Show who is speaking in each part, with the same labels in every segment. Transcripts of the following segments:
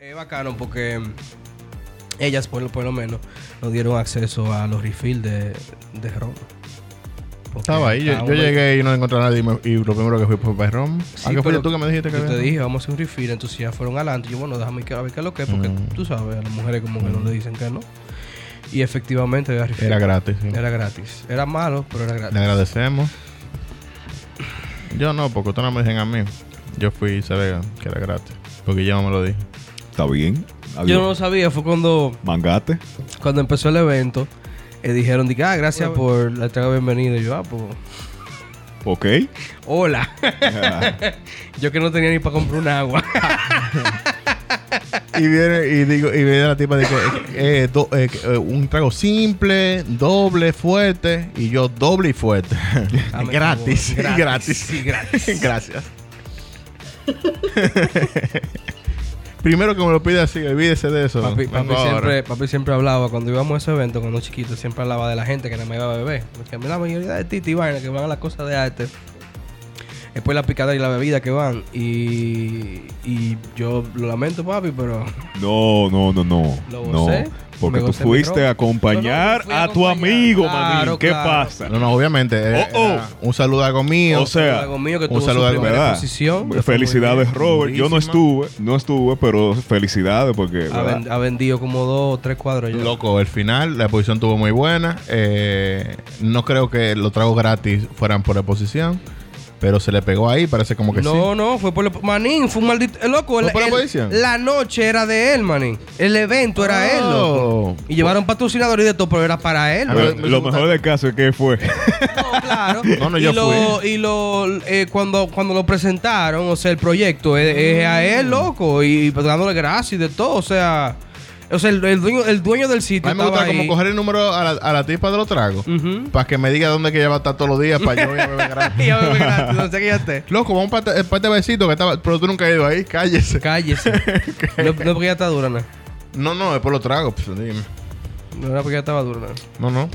Speaker 1: Es bacano porque ellas, por lo, por lo menos, nos dieron acceso a los refills de, de ron. Porque
Speaker 2: Estaba ahí, yo,
Speaker 1: cada
Speaker 2: yo
Speaker 1: uno-
Speaker 2: llegué y no encontré a nadie y, me- y lo primero que fui fue para el rom.
Speaker 1: Sí,
Speaker 2: ¿A qué
Speaker 1: pero
Speaker 2: fuiste tú que me dijiste que
Speaker 1: Yo te
Speaker 2: había?
Speaker 1: dije, vamos a hacer un refill, entonces ya fueron adelante. Yo, bueno, déjame que- a ver qué es lo que es, porque
Speaker 2: Mm.
Speaker 1: tú sabes, a las mujeres como que no le dicen que no. Y efectivamente había refill.
Speaker 2: Era gratis. sí.
Speaker 1: Era gratis. Era malo, pero era
Speaker 2: Le
Speaker 1: gratis.
Speaker 2: agradecemos. Yo no, porque ustedes no me dicen a mí. Yo fui y sabía que era gratis. Porque yo no me lo dije.
Speaker 3: Está bien. Está bien.
Speaker 1: Yo no lo sabía, fue cuando,
Speaker 3: Mangate.
Speaker 1: cuando empezó el evento. eh, dijeron, di que, ah, gracias por la entrega de bienvenida. Y yo, ah, pues,
Speaker 3: Ok.
Speaker 1: hola. yo que no tenía ni para comprar un agua.
Speaker 2: Y viene, y digo, y viene la tipa de que eh, do- eh, que, eh, un trago simple, doble, fuerte, y yo doble y fuerte.
Speaker 1: Dame
Speaker 2: gratis,
Speaker 1: favor,
Speaker 2: gratis.
Speaker 1: Sí, gratis.
Speaker 2: Gracias. Primero que me lo pide así, olvídese de eso.
Speaker 1: Papi,
Speaker 2: Vengo
Speaker 1: papi
Speaker 2: ahora.
Speaker 1: siempre, papi siempre hablaba, cuando íbamos a ese evento, cuando chiquitos, siempre hablaba de la gente que nada más iba a beber. Porque a mí la mayoría de titi y vaina que van a las cosas de arte. Después la picada y la bebida que van. Y, y yo lo lamento, papi, pero.
Speaker 3: No, no, no, no.
Speaker 1: Lo
Speaker 3: no.
Speaker 1: gocé.
Speaker 3: Porque
Speaker 1: Me
Speaker 3: tú
Speaker 1: gocé mi
Speaker 3: fuiste
Speaker 1: ropa.
Speaker 3: a
Speaker 1: No, no, yo
Speaker 3: acompañar
Speaker 1: fui
Speaker 3: a,
Speaker 1: a
Speaker 3: tu
Speaker 1: acompañar.
Speaker 3: amigo,
Speaker 1: Claro,
Speaker 3: manín. ¿Qué
Speaker 1: claro.
Speaker 3: pasa?
Speaker 2: No, no, obviamente. eh,
Speaker 3: Oh, oh.
Speaker 2: era Un saludo a algo mío.
Speaker 3: o sea,
Speaker 1: algo mío que
Speaker 2: un
Speaker 1: tuvo su
Speaker 2: saludo al-
Speaker 1: primera
Speaker 3: ¿verdad?
Speaker 1: exposición, que fue muy
Speaker 3: Felicidades,
Speaker 1: bien.
Speaker 3: Robert. Yo no estuve, no estuve, pero felicidades porque.
Speaker 1: Ha,
Speaker 3: ¿verdad?
Speaker 1: ven- ha vendido como dos o tres cuadros ya.
Speaker 2: Loco, el final, la exposición estuvo muy buena. Eh, no creo que los tragos gratis fueran por exposición, pero se le pegó ahí, parece como que
Speaker 1: No, no, fue por el Manín, fue un maldito. eh, Loco,
Speaker 2: ¿Fue
Speaker 1: el-
Speaker 2: por la
Speaker 1: el-
Speaker 2: posición?
Speaker 1: la noche era de él, Manín. El evento era él,
Speaker 2: Oh.
Speaker 1: loco. Y llevaron patrocinadores y de todo, pero era para él,
Speaker 2: A
Speaker 1: loco.
Speaker 2: ver,
Speaker 3: Pero lo mejor del caso es que fue.
Speaker 1: No, claro.
Speaker 2: No, no, yo
Speaker 1: y lo, Y lo, eh, cuando, cuando lo presentaron, o sea, el proyecto es, es a
Speaker 2: Mm.
Speaker 1: él, loco, y pues, dándole gracias y de todo, o sea. O sea, el, el dueño, el dueño del
Speaker 2: sí.
Speaker 1: sitio
Speaker 2: A mí me gusta
Speaker 1: estaba ahí. Mm.
Speaker 2: como coger el número a la, a la tipa de los tragos
Speaker 1: Ujú.
Speaker 2: para que me diga dónde que ella va a estar todos los días para yo ir a beber gratis.
Speaker 1: Y ya me gratis, no sé qué ya esté.
Speaker 2: Loco, vamos para este, pa' este besito que estaba, pero tú nunca has ido ahí, cállese.
Speaker 1: Cállese. No, no porque ya está dura, no.
Speaker 2: No, no, es por los tragos, pues, dime.
Speaker 1: No era porque ya estaba dura, no.
Speaker 2: No, no.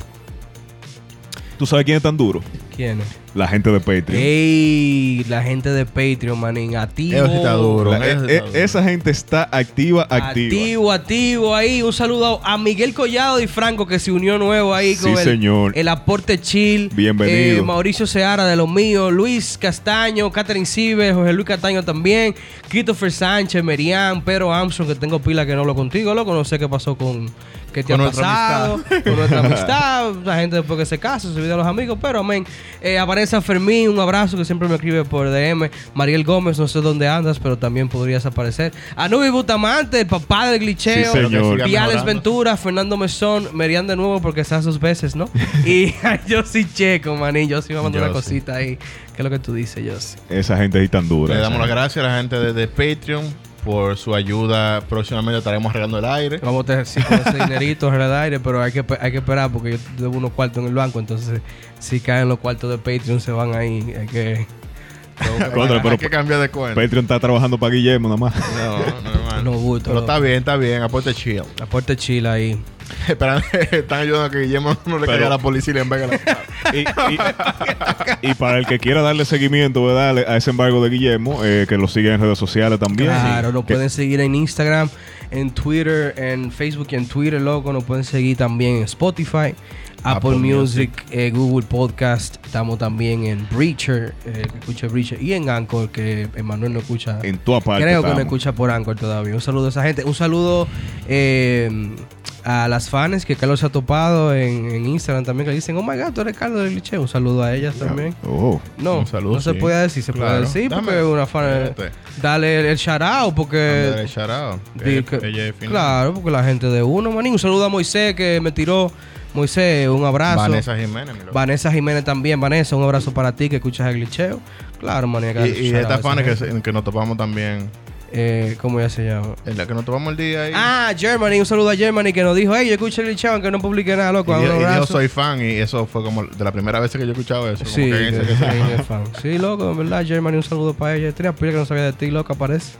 Speaker 3: ¿Tú sabes quién es tan duro?
Speaker 1: ¿Quién es?
Speaker 3: La gente de Patreon.
Speaker 1: Ey, la gente de Patreon, manín, activo.
Speaker 2: Eso sí está duro.
Speaker 3: La-
Speaker 2: eso sí
Speaker 3: e-
Speaker 2: está duro.
Speaker 3: esa gente está activa, activa.
Speaker 1: Activo, activo ahí. Un saludo a Miguel Collado y Franco que se unió nuevo ahí
Speaker 3: Sí,
Speaker 1: con el,
Speaker 3: señor.
Speaker 1: el aporte chill.
Speaker 3: Bienvenido.
Speaker 1: Eh, Mauricio Seara de los míos, Luis Castaño, Catherine Ciber, José Luis Castaño también, Christopher Sánchez, Merian, Pedro Armstrong, que tengo pila que no hablo contigo, loco. No sé qué pasó con qué te
Speaker 2: Con
Speaker 1: ha
Speaker 2: nuestra
Speaker 1: pasado, con nuestra amistad, la gente después que se casa, se olvida a los amigos, pero amén. Eh, aparece Fermín, un abrazo que siempre me escribe por DM. Mariel Gómez, no sé dónde andas, pero también podrías aparecer. Anubi Butamante, el papá del glitcheo.
Speaker 3: Sí, señor.
Speaker 2: Siga
Speaker 1: Viales
Speaker 2: mejorando.
Speaker 1: Ventura, Fernando Mesón, Merian de nuevo porque estás dos veces, ¿no? y yo sí checo, manín. Yo sí me mando una
Speaker 2: Yo sí.
Speaker 1: cosita ahí. ¿Qué es lo que tú dices, yo sí?
Speaker 3: Esa gente es tan dura.
Speaker 2: Le damos
Speaker 3: esa
Speaker 2: las gracias a la gente de, de Patreon por su ayuda. Próximamente estaremos arreglando el aire.
Speaker 1: Vamos a tener sí, con ese dinerito en el aire, pero hay que, pe- hay que esperar porque yo debo unos cuartos en el banco. Entonces, si caen los cuartos de Patreon, se van ahí. Hay que.
Speaker 3: Contra,
Speaker 2: Hay
Speaker 3: pero-
Speaker 2: que cambiar de cuenta.
Speaker 3: Patreon está trabajando para Guillermo nada más.
Speaker 2: No, no, hermano.
Speaker 1: No gusto.
Speaker 2: Pero está bien, está bien. Aporte chill.
Speaker 1: Aporte chila ahí.
Speaker 2: Esperan- están ayudando a que Guillermo no le
Speaker 3: Pero-
Speaker 2: caiga a la policía y le envenga la...
Speaker 3: Y, y- y para el que quiera darle seguimiento ¿verdad? Le- a ese embargo de Guillermo, eh, que lo siga en redes sociales también.
Speaker 1: Claro, nos
Speaker 3: Que-
Speaker 1: pueden seguir en Instagram, en Twitter, en Facebook y en Twitter, loco. Nos pueden seguir también en Spotify, Apple,
Speaker 2: Apple
Speaker 1: Music, eh, Google Podcast. Estamos también en Breacher, eh, que escucha Breacher, y en Anchor, que Emanuel no escucha.
Speaker 3: En tu aparte.
Speaker 1: Creo que
Speaker 3: estamos.
Speaker 1: no escucha por Anchor todavía. Un saludo a esa gente. Un saludo eh, a las fans que Carlos ha topado en, en Instagram también, que dicen, oh my God, tú eres Carlos del Liche. Un saludo a ellas también.
Speaker 3: Oh.
Speaker 1: No,
Speaker 2: Un saludo,
Speaker 1: no se
Speaker 2: sí.
Speaker 1: puede decir, se
Speaker 2: Claro.
Speaker 1: puede decir
Speaker 2: Dame-
Speaker 1: porque es una fan.
Speaker 2: Espérate.
Speaker 1: Dale el, el shout out
Speaker 2: Mándale
Speaker 1: porque.
Speaker 2: shout out.
Speaker 1: di
Speaker 2: Ella-
Speaker 1: que-
Speaker 2: ella es final.
Speaker 1: claro, porque la gente de uno, manín. Un saludo a Moisés que me tiró. Moisés, un abrazo. Vanessa,
Speaker 2: Vanessa Jiménez. mi loco.
Speaker 1: Jiménez también. Vanessa, un abrazo para ti que escuchas el glitcheo. Claro, manín. hay que
Speaker 2: Y,
Speaker 1: darle
Speaker 2: y
Speaker 1: shout out a
Speaker 2: esta
Speaker 1: esa
Speaker 2: fan que,
Speaker 1: gente.
Speaker 2: se- que nos topamos también.
Speaker 1: Eh, ¿Cómo ya se llama?
Speaker 2: En la que nos topamos el día ahí.
Speaker 1: Ah, Germany, un saludo a Germany que nos dijo, hey, yo escuché el glitcheo aunque no publique nada,
Speaker 2: y,
Speaker 1: loco.
Speaker 2: di-
Speaker 1: un
Speaker 2: y dijo,
Speaker 1: abrazo.
Speaker 2: soy fan. Y eso fue como de la primera vez que yo he escuchado eso. como
Speaker 1: Sí,
Speaker 2: que ese-
Speaker 1: que-
Speaker 2: que-
Speaker 1: que- que fan. Sí, loco, en verdad, Germany, un saludo para ella. Tenía pila que no sabía de ti, loco, aparece.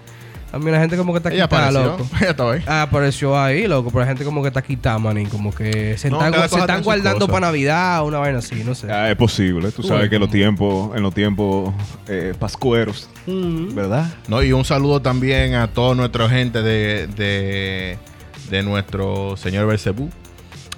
Speaker 1: A mí la gente como que está
Speaker 2: Ella
Speaker 1: quitada,
Speaker 2: apareció.
Speaker 1: loco.
Speaker 2: Ella estaba ahí.
Speaker 1: Ah, apareció ahí, loco, pero la gente como que está quitada, manín. Como que se
Speaker 2: No,
Speaker 1: están,
Speaker 2: cada
Speaker 1: gu-
Speaker 2: cosa
Speaker 1: se están
Speaker 2: tiene su
Speaker 1: guardando
Speaker 2: cosa.
Speaker 1: para Navidad o una vaina así, no sé.
Speaker 3: Ah, es posible. Tú sabes que los tiempos, en los tiempos eh, pascueros,
Speaker 1: Mm.
Speaker 3: ¿verdad?
Speaker 2: No, y un saludo también a toda nuestra gente de, de, de nuestro señor Belcebú,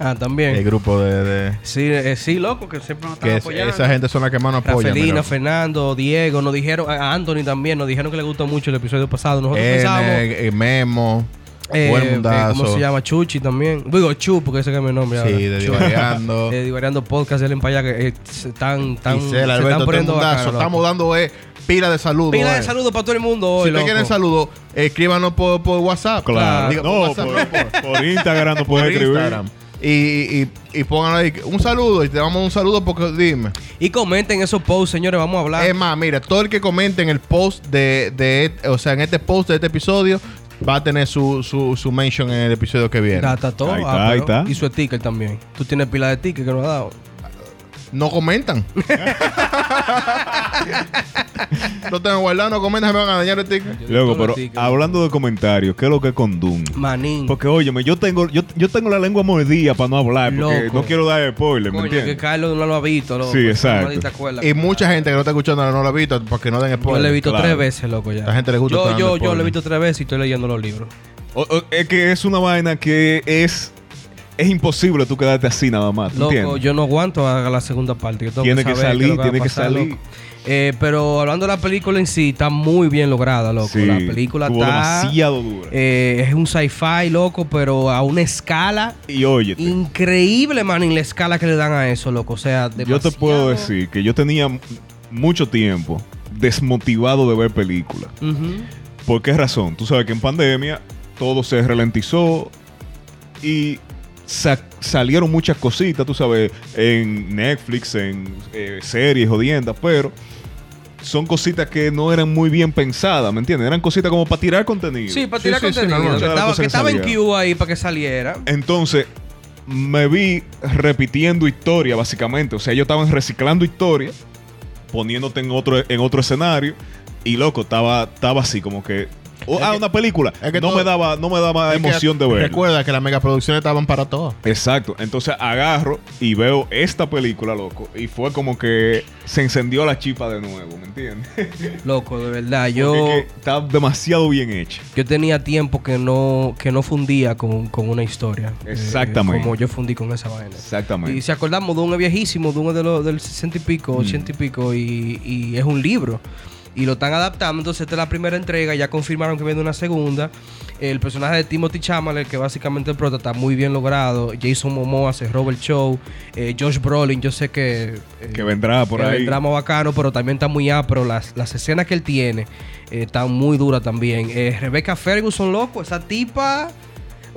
Speaker 1: Ah,
Speaker 2: el
Speaker 1: también.
Speaker 2: grupo de. de-
Speaker 1: Sí, eh, sí, loco, que siempre nos están
Speaker 2: que es-
Speaker 1: apoyando.
Speaker 2: esa gente son las que más nos apoyan.
Speaker 1: Rafaelina,
Speaker 2: mira.
Speaker 1: Fernando, Diego, nos dijeron, a Anthony también, nos dijeron que le gustó mucho el episodio pasado. Nosotros
Speaker 2: N,
Speaker 1: pensamos.
Speaker 2: eh, Memo,
Speaker 1: eh,
Speaker 2: Buen
Speaker 1: eh,
Speaker 2: Mundazo.
Speaker 1: ¿Cómo se llama? Chuchi también. Digo, Chu, porque ese que es mi nombre.
Speaker 2: Sí,
Speaker 1: ahora.
Speaker 2: de
Speaker 1: Chu.
Speaker 2: Divagando.
Speaker 1: De Eh, Divariando Podcast, el para allá que eh, se están, tan, se están
Speaker 2: Gisela, Alberto, todo el
Speaker 1: poniendo
Speaker 2: mundazo.
Speaker 1: bacano, loco.
Speaker 2: Estamos dando eh, pila de saludos.
Speaker 1: Pila de
Speaker 2: eh.
Speaker 1: saludos para todo el mundo hoy,
Speaker 2: Si usted
Speaker 1: loco.
Speaker 2: quiere saludos, escríbanos por, por WhatsApp.
Speaker 3: Claro.
Speaker 2: Diga, por
Speaker 3: No,
Speaker 2: WhatsApp,
Speaker 3: por,
Speaker 2: no, por-
Speaker 3: por Instagram no
Speaker 2: por
Speaker 3: puedes escribir.
Speaker 2: Instagram. Y, y, y pongan ahí un saludo y te damos un saludo porque dime.
Speaker 1: Y comenten esos posts, señores, vamos a hablar.
Speaker 2: Es más, mira, todo el que comente en el post de, de o sea, en este post de este episodio, va a tener su, su, su mention en el episodio que viene.
Speaker 1: Ya está todo.
Speaker 3: Ahí
Speaker 1: Ah,
Speaker 3: está, ahí
Speaker 1: pero-
Speaker 3: está.
Speaker 1: Y su sticker también. Tú tienes pila de sticker que nos ha dado.
Speaker 2: No comentan. no tengo guardado, no comentan, me van a dañar el ticket.
Speaker 3: Luego,
Speaker 1: Todos los
Speaker 3: pero
Speaker 1: stickers.
Speaker 3: hablando de comentarios, ¿qué es lo que es con Doom?
Speaker 1: Manín.
Speaker 3: Porque, óyeme, yo tengo, yo, yo tengo la lengua mordida para no hablar, porque
Speaker 1: Loco.
Speaker 3: no quiero dar spoiler, ¿me
Speaker 1: Coño, que
Speaker 3: entiendes?
Speaker 1: Carlos no lo ha visto, loco.
Speaker 3: Sí, exacto.
Speaker 1: Nadie te acuerda.
Speaker 2: Y mucha gente que no está escuchando no lo ha visto porque no den
Speaker 1: Yo
Speaker 2: spoiler.
Speaker 1: lo he visto
Speaker 3: claro.
Speaker 1: tres veces, loco, ya.
Speaker 2: La gente le gusta estar
Speaker 1: Yo, yo,
Speaker 2: dando
Speaker 1: yo lo he
Speaker 2: spoiler.
Speaker 1: visto tres veces y estoy leyendo los libros.
Speaker 3: O- o- es que es una vaina que es, es imposible tú quedarte así nada más, ¿tú
Speaker 1: Loco,
Speaker 3: ¿entiendes?
Speaker 1: yo no aguanto a la segunda parte. Yo tengo
Speaker 3: Tiene que
Speaker 1: saber qué es lo
Speaker 3: salir,
Speaker 1: va a
Speaker 3: tiene que
Speaker 1: pasar,
Speaker 3: salir.
Speaker 1: loco. Eh, pero hablando de la película en sí, está muy bien lograda, loco.
Speaker 3: Sí,
Speaker 1: la película
Speaker 3: estuvo
Speaker 1: está...
Speaker 3: demasiado dura.
Speaker 1: eh, es un sci-fi, loco, pero a una escala
Speaker 3: y óyete.
Speaker 1: increíble, man, en la escala que le dan a eso, loco. O sea,
Speaker 3: Yo te
Speaker 1: demasiado-
Speaker 3: puedo decir que yo tenía m- mucho tiempo desmotivado de ver películas.
Speaker 1: Ujú.
Speaker 3: ¿Por qué razón? Tú sabes que en pandemia todo se ralentizó y sa- salieron muchas cositas, tú sabes, en Netflix, en eh, series jodiendas, pero son cositas que no eran muy bien pensadas, ¿me entiendes? Eran cositas como para tirar contenido.
Speaker 1: Sí, para
Speaker 2: Sí,
Speaker 1: tirar
Speaker 2: sí, sí,
Speaker 1: contenido.
Speaker 2: normal.
Speaker 1: que
Speaker 3: Muchas de las
Speaker 1: estaba,
Speaker 3: cosas
Speaker 1: que
Speaker 3: que
Speaker 1: estaba en
Speaker 3: salieron.
Speaker 1: Q ahí para que saliera.
Speaker 3: Entonces, me vi repitiendo historia, básicamente. O sea, ellos estaban reciclando historia, poniéndote en otro, en otro escenario. Y loco, estaba, estaba así, como que. oh,
Speaker 2: Es
Speaker 3: ah,
Speaker 2: que-
Speaker 3: una película.
Speaker 2: es que
Speaker 3: no,
Speaker 2: todo-
Speaker 3: me daba, no me daba
Speaker 2: Es que
Speaker 3: emoción de ver.
Speaker 2: Recuerda que las megaproducciones estaban para todo.
Speaker 3: Exacto. Entonces agarro y veo esta película, loco. Y fue como que se encendió la chispa de nuevo, ¿me entiendes?
Speaker 1: Loco, de verdad.
Speaker 3: Yo...
Speaker 1: Yo...
Speaker 3: está demasiado bien hecha.
Speaker 1: Yo tenía tiempo que no, que no fundía con, con una historia. eh,
Speaker 3: Exactamente.
Speaker 1: como yo fundí con esa vaina.
Speaker 3: Exactamente. Mm.
Speaker 1: Y si acordamos, Dune es viejísimo, Dune es de los del 60 y pico, 80 y pico, y, y es un libro. Y lo están adaptando, entonces esta es la primera entrega, ya confirmaron que viene una segunda. El personaje de Timothy Chalamet, que básicamente el prota, está muy bien logrado. Jason Momoa hace Robert Show. Eh, Josh Brolin, yo sé que... eh,
Speaker 3: que vendrá por
Speaker 1: que
Speaker 3: ahí.
Speaker 1: vendrá más bacano, pero también está muy pero Las, las escenas que él tiene eh, están muy duras también. Eh, Rebecca Ferguson, loco, esa tipa.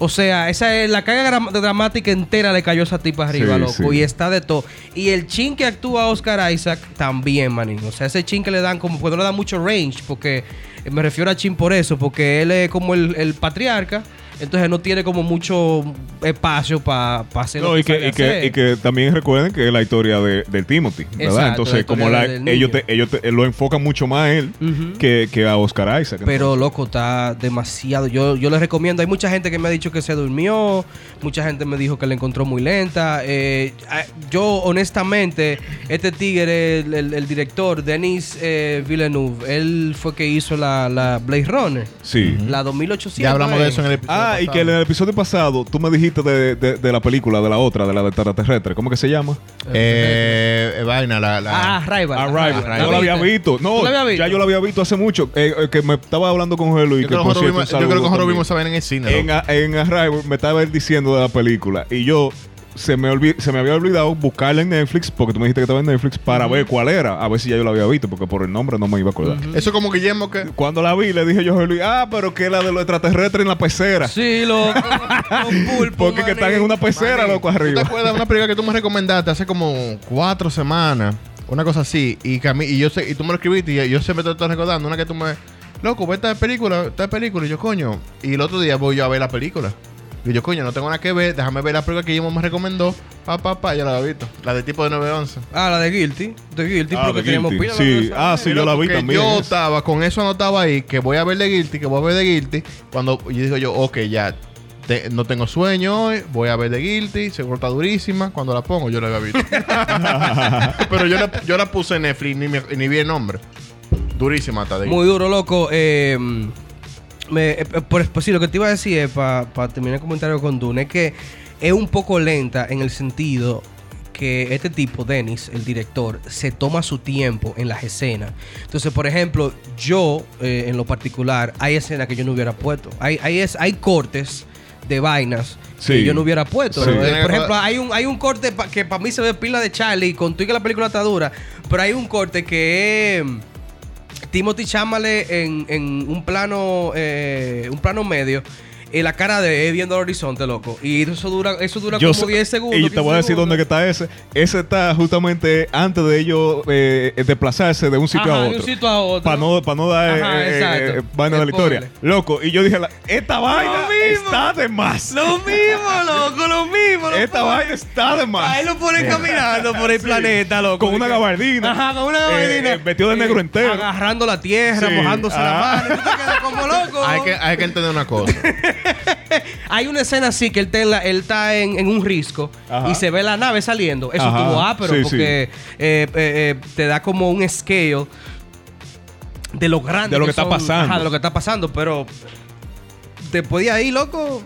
Speaker 1: O sea, esa es la carga gra- dramática entera le cayó a esa tipa arriba,
Speaker 3: Sí,
Speaker 1: loco.
Speaker 3: sí.
Speaker 1: Y está de todo. Y el chin que actúa Oscar Isaac también, manín. O sea, ese chin que le dan como, pues no le dan mucho range, porque eh, me refiero a chin por eso, porque él es como el, el patriarca, entonces no tiene como mucho espacio para hacer lo
Speaker 3: No, y que,
Speaker 1: sabe
Speaker 3: y, que,
Speaker 1: hacer.
Speaker 3: y que también recuerden que es la historia de, de Timothy, ¿verdad?
Speaker 1: Exacto, la
Speaker 3: Entonces,
Speaker 1: historia
Speaker 3: como la,
Speaker 1: del
Speaker 3: ellos,
Speaker 1: niño.
Speaker 3: te, ellos te- lo enfocan mucho más a él
Speaker 1: Ujú.
Speaker 3: que, que a Oscar Isaac.
Speaker 1: Pero loco, está demasiado. Yo, yo les recomiendo. Hay mucha gente que me ha dicho que se durmió. Mucha gente me dijo que la encontró muy lenta. Eh, ah, yo, honestamente, este tigre, el, el- el director, Denis eh, Villeneuve, él fue que hizo la, la Blade Runner.
Speaker 3: Sí.
Speaker 1: La 2800.
Speaker 2: Ya hablamos de eso en el episodio.
Speaker 3: Ah, y
Speaker 2: pasado.
Speaker 3: que en el episodio pasado tú me dijiste de, de- de la película, de la otra, de la de extraterrestre. ¿Cómo que se llama?
Speaker 2: Eh, eh, vaina, la. la-
Speaker 1: Ah, Arrival.
Speaker 3: Arrival.
Speaker 2: Arrival.
Speaker 3: Yo la había
Speaker 1: viste?
Speaker 3: visto. No,
Speaker 1: ¿Tú la habías visto?
Speaker 3: ya yo la había visto hace mucho. Eh, eh, que me estaba hablando con Helo y
Speaker 2: yo, creo
Speaker 3: que
Speaker 2: que
Speaker 3: por
Speaker 2: nosotros
Speaker 3: cierto,
Speaker 2: vimos,
Speaker 3: un
Speaker 2: yo creo que
Speaker 3: saludo
Speaker 2: nosotros
Speaker 3: también.
Speaker 2: vimos esa vaina en el cine.
Speaker 3: en,
Speaker 2: loco.
Speaker 3: a- en Arrival me estaba él diciendo de la película y yo se me, olvi- se me había olvidado buscarla en Netflix porque tú me dijiste que estaba en Netflix para ver cuál era, a ver si ya yo la había visto porque por el nombre no me iba a acordar.
Speaker 2: Eso es como Guillermo que.
Speaker 3: Cuando la vi le dije yo a Luis, ah, pero que es la de los extraterrestres en la pecera.
Speaker 1: Sí, loco. Los pulpos,
Speaker 3: porque que están en una
Speaker 1: maní.
Speaker 3: pecera, loco,
Speaker 2: ¿Tú te
Speaker 3: arriba.
Speaker 2: acuerdas de una película que tú me recomendaste hace como cuatro semanas? Una cosa así. Y, que a mí- y, yo sé, y tú me lo escribiste y yo- yo siempre te estoy recordando. Una que tú me. Loco, ve esta película, esta película. Y yo, coño. Y el otro día voy yo a ver la película. Y yo, coño, no tengo nada que ver. Déjame ver la película que Guillermo me recomendó. Pa, pa, pa. Yo la he visto. La de tipo de 911.
Speaker 1: Ah, la de Guilty. De Guilty,
Speaker 3: Ah,
Speaker 1: porque
Speaker 3: de
Speaker 1: tenemos
Speaker 3: Guilty.
Speaker 1: pila de
Speaker 3: Sí,
Speaker 1: cosas.
Speaker 3: ah, sí, yo la vi
Speaker 2: Porque
Speaker 3: también.
Speaker 2: Yo
Speaker 3: es.
Speaker 2: estaba con eso anotaba ahí que voy a ver de Guilty, que voy a ver de Guilty. Cuando yo digo yo, ok, ya te- no tengo sueño hoy, voy a ver de Guilty, seguro está durísima. Cuando la pongo, yo la había visto. Pero yo la, yo la puse en Netflix, ni, me- ni vi el nombre. Durísima está de Guilty.
Speaker 1: Muy duro, loco. Eh, me- eh, por, pues sí, lo que te iba a decir es, para terminar el comentario con Dune, es que es un poco lenta en el sentido que este tipo, Dennis, el director, se toma su tiempo en las escenas. Entonces, por ejemplo, yo, eh, en lo particular, hay escenas que yo no hubiera puesto. Hay, hay, es- hay cortes de vainas que
Speaker 3: Sí.
Speaker 1: yo no hubiera puesto.
Speaker 3: Sí.
Speaker 1: Eh,
Speaker 2: Tiene que
Speaker 1: por ejemplo,
Speaker 2: rodar-
Speaker 1: hay un, hay un corte pa- que para mí se ve pila de Charlie, con tú y que la película está dura, pero hay un corte que es... Timothy Chamale en, en un plano eh, un plano medio y la cara de él viendo al horizonte, loco. Y eso dura eso dura
Speaker 3: Yo
Speaker 1: como
Speaker 3: sé-
Speaker 1: 10 segundos.
Speaker 3: Y te
Speaker 1: 15
Speaker 3: voy a decir
Speaker 1: segundos.
Speaker 3: dónde que está ese. Ese está justamente antes de ellos eh, desplazarse de un sitio
Speaker 1: Ajá,
Speaker 3: a
Speaker 1: de un
Speaker 3: otro.
Speaker 1: sitio a otro.
Speaker 3: Para no, pa' no dar
Speaker 1: Ajá,
Speaker 3: eh,
Speaker 1: exacto.
Speaker 3: eh, vaina de la
Speaker 1: Spoiler.
Speaker 3: historia. Loco, y yo dije, la- esta vaina
Speaker 1: mismo.
Speaker 3: está de más.
Speaker 1: Lo mismo, loco, lo mismo. lo
Speaker 3: esta
Speaker 1: ponen-
Speaker 3: vaina está de
Speaker 1: A
Speaker 3: más.
Speaker 1: él lo ponen caminando por el planeta, loco.
Speaker 3: Con una
Speaker 1: Dice-
Speaker 3: gabardina.
Speaker 1: Ajá, con una gabardina.
Speaker 3: Eh, eh, vestido de negro entero.
Speaker 1: Agarrando la tierra,
Speaker 3: Sí.
Speaker 1: mojándose la
Speaker 3: Ah.
Speaker 1: mano. Tú te quedas como loco.
Speaker 2: Hay que, hay que entender una cosa.
Speaker 1: Hay una escena así que él está en, la- él está en- en un risco
Speaker 3: Ajá.
Speaker 1: y se ve la nave saliendo. Eso
Speaker 3: Ajá.
Speaker 1: estuvo ah, pero
Speaker 3: Sí, sí.
Speaker 1: porque eh, eh, eh, te da como un scale de lo grande
Speaker 3: De lo que está
Speaker 1: son.
Speaker 3: pasando.
Speaker 1: Ajá, de lo que está pasando, pero te podía ir, loco.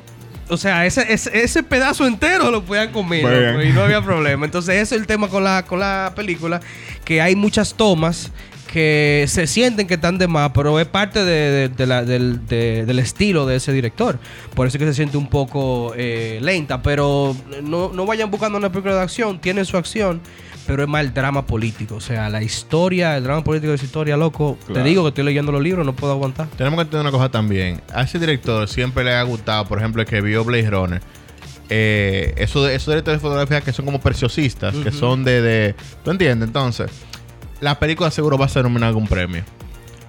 Speaker 1: O sea, ese, ese, ese pedazo entero lo podían comer
Speaker 3: Vean.
Speaker 1: loco, y no había problema. Entonces, ese es el tema con la, con la película, que hay muchas tomas que se sienten que están de más, pero es parte de, de- de la- del, de- del estilo de ese director. Por eso es que se siente un poco eh, lenta, pero no, no vayan buscando una película de acción, tiene su acción, pero es más el drama político. O sea, la historia, el drama político de esa historia, loco.
Speaker 3: Claro.
Speaker 1: Te digo que estoy leyendo los libros, no puedo aguantar.
Speaker 2: Tenemos que entender una cosa también. A ese director siempre le ha gustado, por ejemplo, el que vio Blade Runner. Eh, eso de- esos directores de fotografía que son como preciosistas, que son de, de- ¿Tú entiendes? Entonces, la película seguro va a ser nominada a algún premio.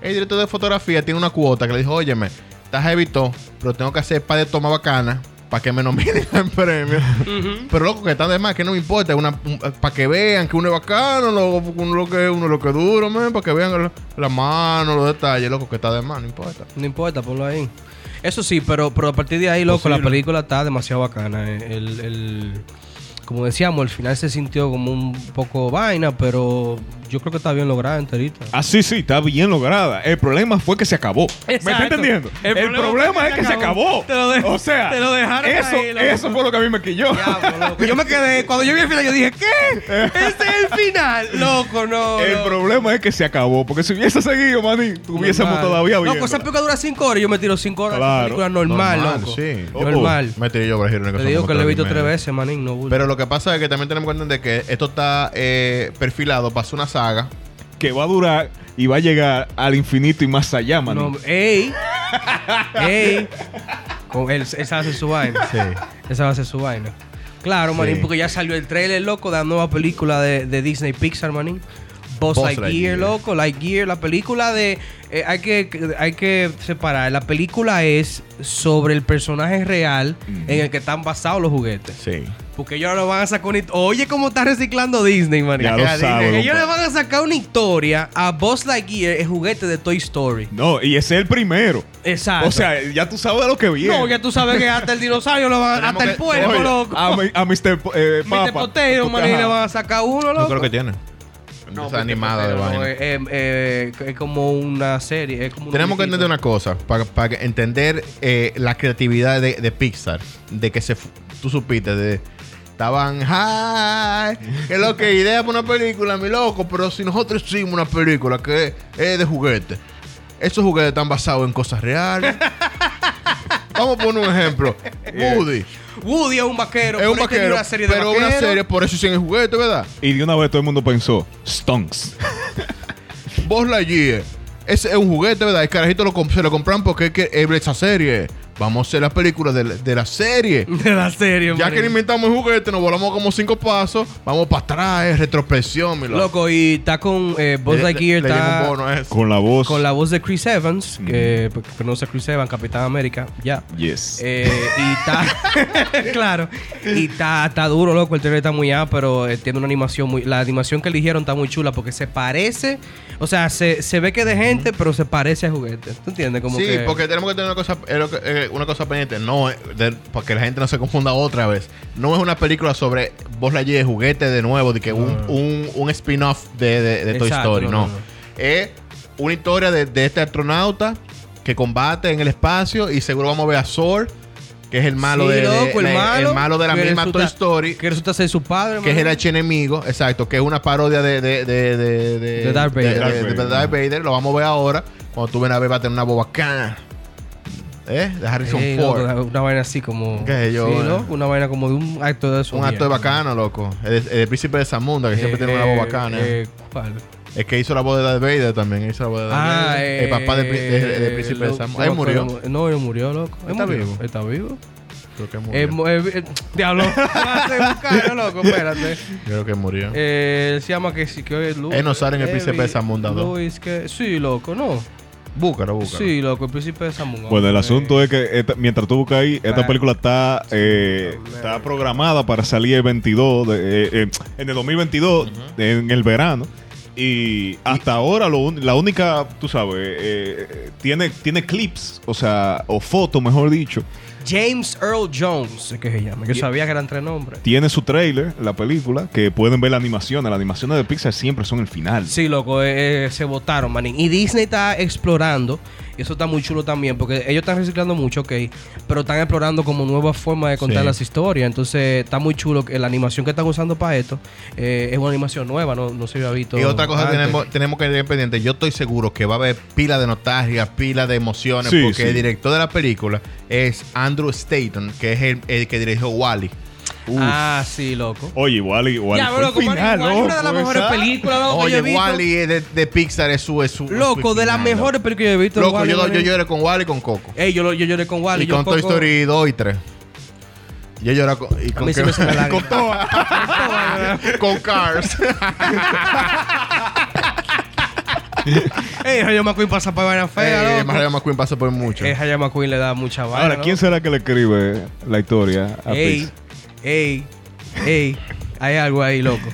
Speaker 2: El director de fotografía tiene una cuota que le dijo, óyeme, estás evitó, pero tengo que hacer par de tomas bacanas para que me nominen al premio. Pero loco, que está de más, que no me importa. Una, para que vean que uno es bacano, lo, uno lo que uno lo que es duro, para que vean la, la mano, los detalles, loco, que está de más, no importa.
Speaker 1: No importa, ponlo ahí. Eso sí, pero, pero a partir de ahí, loco, la película está demasiado bacana. El, el- como decíamos, el final se sintió como un poco vaina, pero yo creo que está bien lograda enterita.
Speaker 3: Así Ah, sí, está bien lograda. El problema fue que se acabó. ¿Me
Speaker 1: Exacto.
Speaker 3: está entendiendo?
Speaker 1: El
Speaker 3: El,
Speaker 1: problema
Speaker 3: problema,
Speaker 1: fue
Speaker 3: es que se acabó.
Speaker 1: Te lo de-
Speaker 3: o sea,
Speaker 1: te lo dejaron
Speaker 3: eso,
Speaker 1: ahí, loco.
Speaker 3: eso fue lo que a mí me quilló.
Speaker 1: Diablo, loco. Yo me quedé, cuando yo vi el final, yo dije, ¿qué? Ese es el final. Loco, no.
Speaker 3: El
Speaker 1: no.
Speaker 3: problema es que se acabó. Porque si hubiese seguido, maní, tuviésemos
Speaker 1: Normal.
Speaker 3: todavía bien.
Speaker 1: Loco, esa película dura 5 horas y yo me tiro 5 horas. de
Speaker 3: Claro.
Speaker 1: película normal,
Speaker 2: Normal,
Speaker 1: loco.
Speaker 2: sí.
Speaker 1: Normal.
Speaker 2: Me tiré yo para decir una
Speaker 1: Te
Speaker 2: cosa
Speaker 1: digo
Speaker 2: como
Speaker 1: que lo he
Speaker 2: tres
Speaker 1: visto
Speaker 2: y media.
Speaker 1: tres veces, manín, no bulto.
Speaker 2: Pero lo que pasa es que también tenemos que entender que esto está eh, perfilado para hacer una saga.
Speaker 3: que va a durar y va a llegar al infinito y más allá, man.
Speaker 1: No, ¡Ey! ¡Ey! Con él, esa va a ser su vaina. Esa va a ser su vaina. Claro, manín,
Speaker 2: Sí.
Speaker 1: porque ya salió el trailer, loco, de la nueva película de, de Disney Pixar, manín. Buzz
Speaker 2: Buzz
Speaker 1: Lightyear,
Speaker 2: Lightyear.
Speaker 1: loco, Lightyear, la película de... eh, hay, que, hay que separar, la película es sobre el personaje real en el que están basados los juguetes.
Speaker 2: Sí.
Speaker 1: Porque ellos ahora van a sacar una... hist- Oye, cómo está reciclando Disney, manín.
Speaker 3: Ya lo
Speaker 2: Ya
Speaker 3: sabe.
Speaker 2: dije,
Speaker 1: Ellos
Speaker 3: compa.
Speaker 1: le van a sacar una historia a Buzz Lightyear, el juguete de Toy Story.
Speaker 3: No, y ese es el primero.
Speaker 1: Exacto.
Speaker 3: O sea, ya tú sabes de lo que viene.
Speaker 1: Ah, no, ya tú sabes que hasta el dinosaurio lo van, hasta
Speaker 2: Tenemos
Speaker 1: el
Speaker 2: que- ah,
Speaker 1: puerco,
Speaker 3: Oye,
Speaker 1: loco.
Speaker 3: A, mi- a Mr. Po- eh,
Speaker 1: Mr.
Speaker 3: Papa.
Speaker 1: Potato,
Speaker 3: Ajá.
Speaker 1: man, y le van a sacar uno, loco.
Speaker 2: Yo creo que tiene.
Speaker 1: No,
Speaker 2: Esa
Speaker 1: Mr.
Speaker 2: animada de
Speaker 1: Potato,
Speaker 2: vaina.
Speaker 1: no, eh, eh, eh, es como una serie. Es como un
Speaker 2: Tenemos que
Speaker 1: muñequito.
Speaker 2: entender una cosa, para, para entender eh, la creatividad de, de Pixar, de que se fu- tú supiste, de estaban, ¡ay! Que lo que idea para una película, mi loco, pero si nosotros hicimos una película que es de juguete, esos juguetes están basados en cosas reales. Vamos a poner un ejemplo. Woody
Speaker 1: Woody es un vaquero.
Speaker 2: es un
Speaker 1: Eh, pero él tenía
Speaker 2: vaquero,
Speaker 1: Una serie de
Speaker 2: pero una
Speaker 1: vaqueros.
Speaker 2: serie, por eso hicieron el juguete, ¿verdad?
Speaker 3: Y de una vez todo el mundo pensó, Stonks.
Speaker 2: Buzz Lightyear. Ese es un juguete, ¿verdad? El carajito lo comp- se lo compran porque es que es esa serie. Vamos a hacer la película de, la- de la serie.
Speaker 1: De la serie,
Speaker 2: Ya
Speaker 1: hombre.
Speaker 2: que inventamos el juguete, nos volamos como cinco pasos, vamos para atrás, es retrospección, mi loco.
Speaker 1: Loco, y está con eh, Buzz
Speaker 2: Le- le-
Speaker 1: Lightyear,
Speaker 2: le llega un
Speaker 1: está
Speaker 2: bono a eso.
Speaker 3: Con la voz.
Speaker 1: con la voz de Chris Evans,
Speaker 3: Mm.
Speaker 1: que porque conoce a Chris Evans, Capitán América, ya.
Speaker 3: Yes.
Speaker 1: Eh, y está. claro. Y está, está duro, loco. El trailer está muy A, pero eh, tiene una animación muy. La animación que eligieron está muy chula porque se parece. O sea, se, se ve que es de gente, pero se parece a juguete. ¿Tú entiendes? Como
Speaker 2: sí,
Speaker 1: que-
Speaker 2: porque tenemos que tener una cosa, eh, lo que- eh, una cosa pendiente. No, eh, de- para que la gente no se confunda otra vez. No es una película sobre Buzz Lightyear de juguete de nuevo, de que un, un, un spin-off de, de- de Toy
Speaker 1: Exacto,
Speaker 2: Story.
Speaker 1: no, no,
Speaker 2: No,
Speaker 1: no.
Speaker 2: Es una historia de, de este astronauta que combate en el espacio y seguro vamos a ver a Zor, que es el malo
Speaker 1: Sí,
Speaker 2: de, de-
Speaker 1: loco, el
Speaker 2: la-
Speaker 1: malo,
Speaker 2: de la
Speaker 1: que
Speaker 2: misma
Speaker 1: resulta-
Speaker 2: Toy Story.
Speaker 1: Que resulta ser su padre.
Speaker 2: que es el
Speaker 1: mano.
Speaker 2: archienemigo, exacto, que es una parodia de, de, de, de, de-
Speaker 1: De Darth Vader.
Speaker 2: de- de- de- de Darth Vader. Lo vamos a ver ahora. Cuando tú ven a ver, va a tener una bobacana. ¿Eh? De Harrison
Speaker 1: Ey, loco,
Speaker 2: Ford.
Speaker 1: una vaina así como.
Speaker 2: ¿Qué sé yo,
Speaker 1: sí,
Speaker 2: bueno.
Speaker 1: loco, Una vaina como de un acto de eso.
Speaker 2: un acto de bacano, loco. El, el príncipe de Zamunda, que
Speaker 1: Eh,
Speaker 2: siempre tiene una bobacana. el que hizo la voz de Darth Vader también. Hizo la voz de Darth
Speaker 1: Ah,
Speaker 2: Vader.
Speaker 1: eh,
Speaker 2: el papá del pri- de- del príncipe de
Speaker 1: loco,
Speaker 2: Zamunda. Ahí
Speaker 1: no,
Speaker 2: murió.
Speaker 1: pero- No, él murió, loco. Él
Speaker 2: ¿Está
Speaker 1: murió.
Speaker 2: vivo?
Speaker 1: Está vivo.
Speaker 2: Creo que
Speaker 1: Eh,
Speaker 2: murió.
Speaker 1: mo- eh, eh, diablo. Ah, Hace buscarlo, loco, espérate.
Speaker 2: Creo que murió.
Speaker 1: Eh, se llama que sí, que hoy es Lu-
Speaker 2: Él no sale en el
Speaker 1: Levi-
Speaker 2: Príncipe de Zamunda dos.
Speaker 1: Luis, que. Sí, loco, no.
Speaker 2: búscalo, búscalo.
Speaker 1: Sí, loco, el príncipe de Zamunda.
Speaker 3: Bueno, el asunto es que esta- mientras tú buscas ahí, esta
Speaker 1: Para-
Speaker 3: película está, eh, está programada para salir el 22, de- eh, eh, en el 2022, en el verano. Y hasta ahora lo un- la única, tú sabes, eh, eh, tiene, tiene clips, o sea, o fotos, mejor dicho.
Speaker 1: Eh, James Earl Jones, es que se llama. Yo sabía que eran tres nombres.
Speaker 3: Tiene su trailer, la película, que pueden ver la animación. Las animaciones de Pixar siempre son el final.
Speaker 1: Sí, loco, eh, eh, se votaron, manín. Y Disney está explorando, y eso está muy chulo también, porque ellos están reciclando mucho, ok, pero están explorando como nuevas formas de contar
Speaker 2: Sí.
Speaker 1: las historias. Entonces, está muy chulo que la animación que están usando para esto eh, es una animación nueva, no, no se había visto.
Speaker 2: Y otra cosa
Speaker 1: antes.
Speaker 2: tenemos, tenemos que tener pendiente. Yo estoy seguro que va a haber pila de nostalgia, pila de emociones,
Speaker 3: Sí,
Speaker 2: porque
Speaker 3: sí.
Speaker 2: el director de la película es Andrew Staton, que es el, el que dirigió Wally.
Speaker 3: Uf.
Speaker 1: Ah, sí, loco.
Speaker 3: Oye, igual, igual.
Speaker 1: Ya, loco,
Speaker 3: final,
Speaker 1: Wally, una de las
Speaker 3: loco,
Speaker 1: mejores
Speaker 3: esa-
Speaker 1: películas, loco, que yo
Speaker 2: Oye,
Speaker 1: he visto.
Speaker 2: Wally es de, de Pixar es su. Es su-
Speaker 1: Loco,
Speaker 2: su
Speaker 1: de las
Speaker 2: final,
Speaker 1: mejores películas que yo he visto.
Speaker 2: Loco,
Speaker 1: Wally,
Speaker 2: yo, yo
Speaker 1: manín.
Speaker 2: lloré con Wally y con Coco.
Speaker 1: Ey, yo, lo- yo lloré con Wally.
Speaker 2: y
Speaker 1: yo
Speaker 2: con Toy
Speaker 1: Coco-
Speaker 2: Story 2 y 3. Yo lloré con. Y
Speaker 1: A
Speaker 2: con,
Speaker 1: mí se me sale la
Speaker 2: con todas. con Cars.
Speaker 1: Ey, Rayo McQueen pasa para vaina fea,
Speaker 2: Eh,
Speaker 1: loco.
Speaker 2: Mario McQueen pasó por mucho.
Speaker 1: Eh, Rayo McQueen le da mucha vaina.
Speaker 3: Ahora, ¿quién
Speaker 1: loco.
Speaker 3: será que le escribe la historia
Speaker 2: Ah,
Speaker 3: a
Speaker 1: Ey,
Speaker 3: Pixar?
Speaker 2: pues.
Speaker 1: ey, ey, hay algo ahí, loco.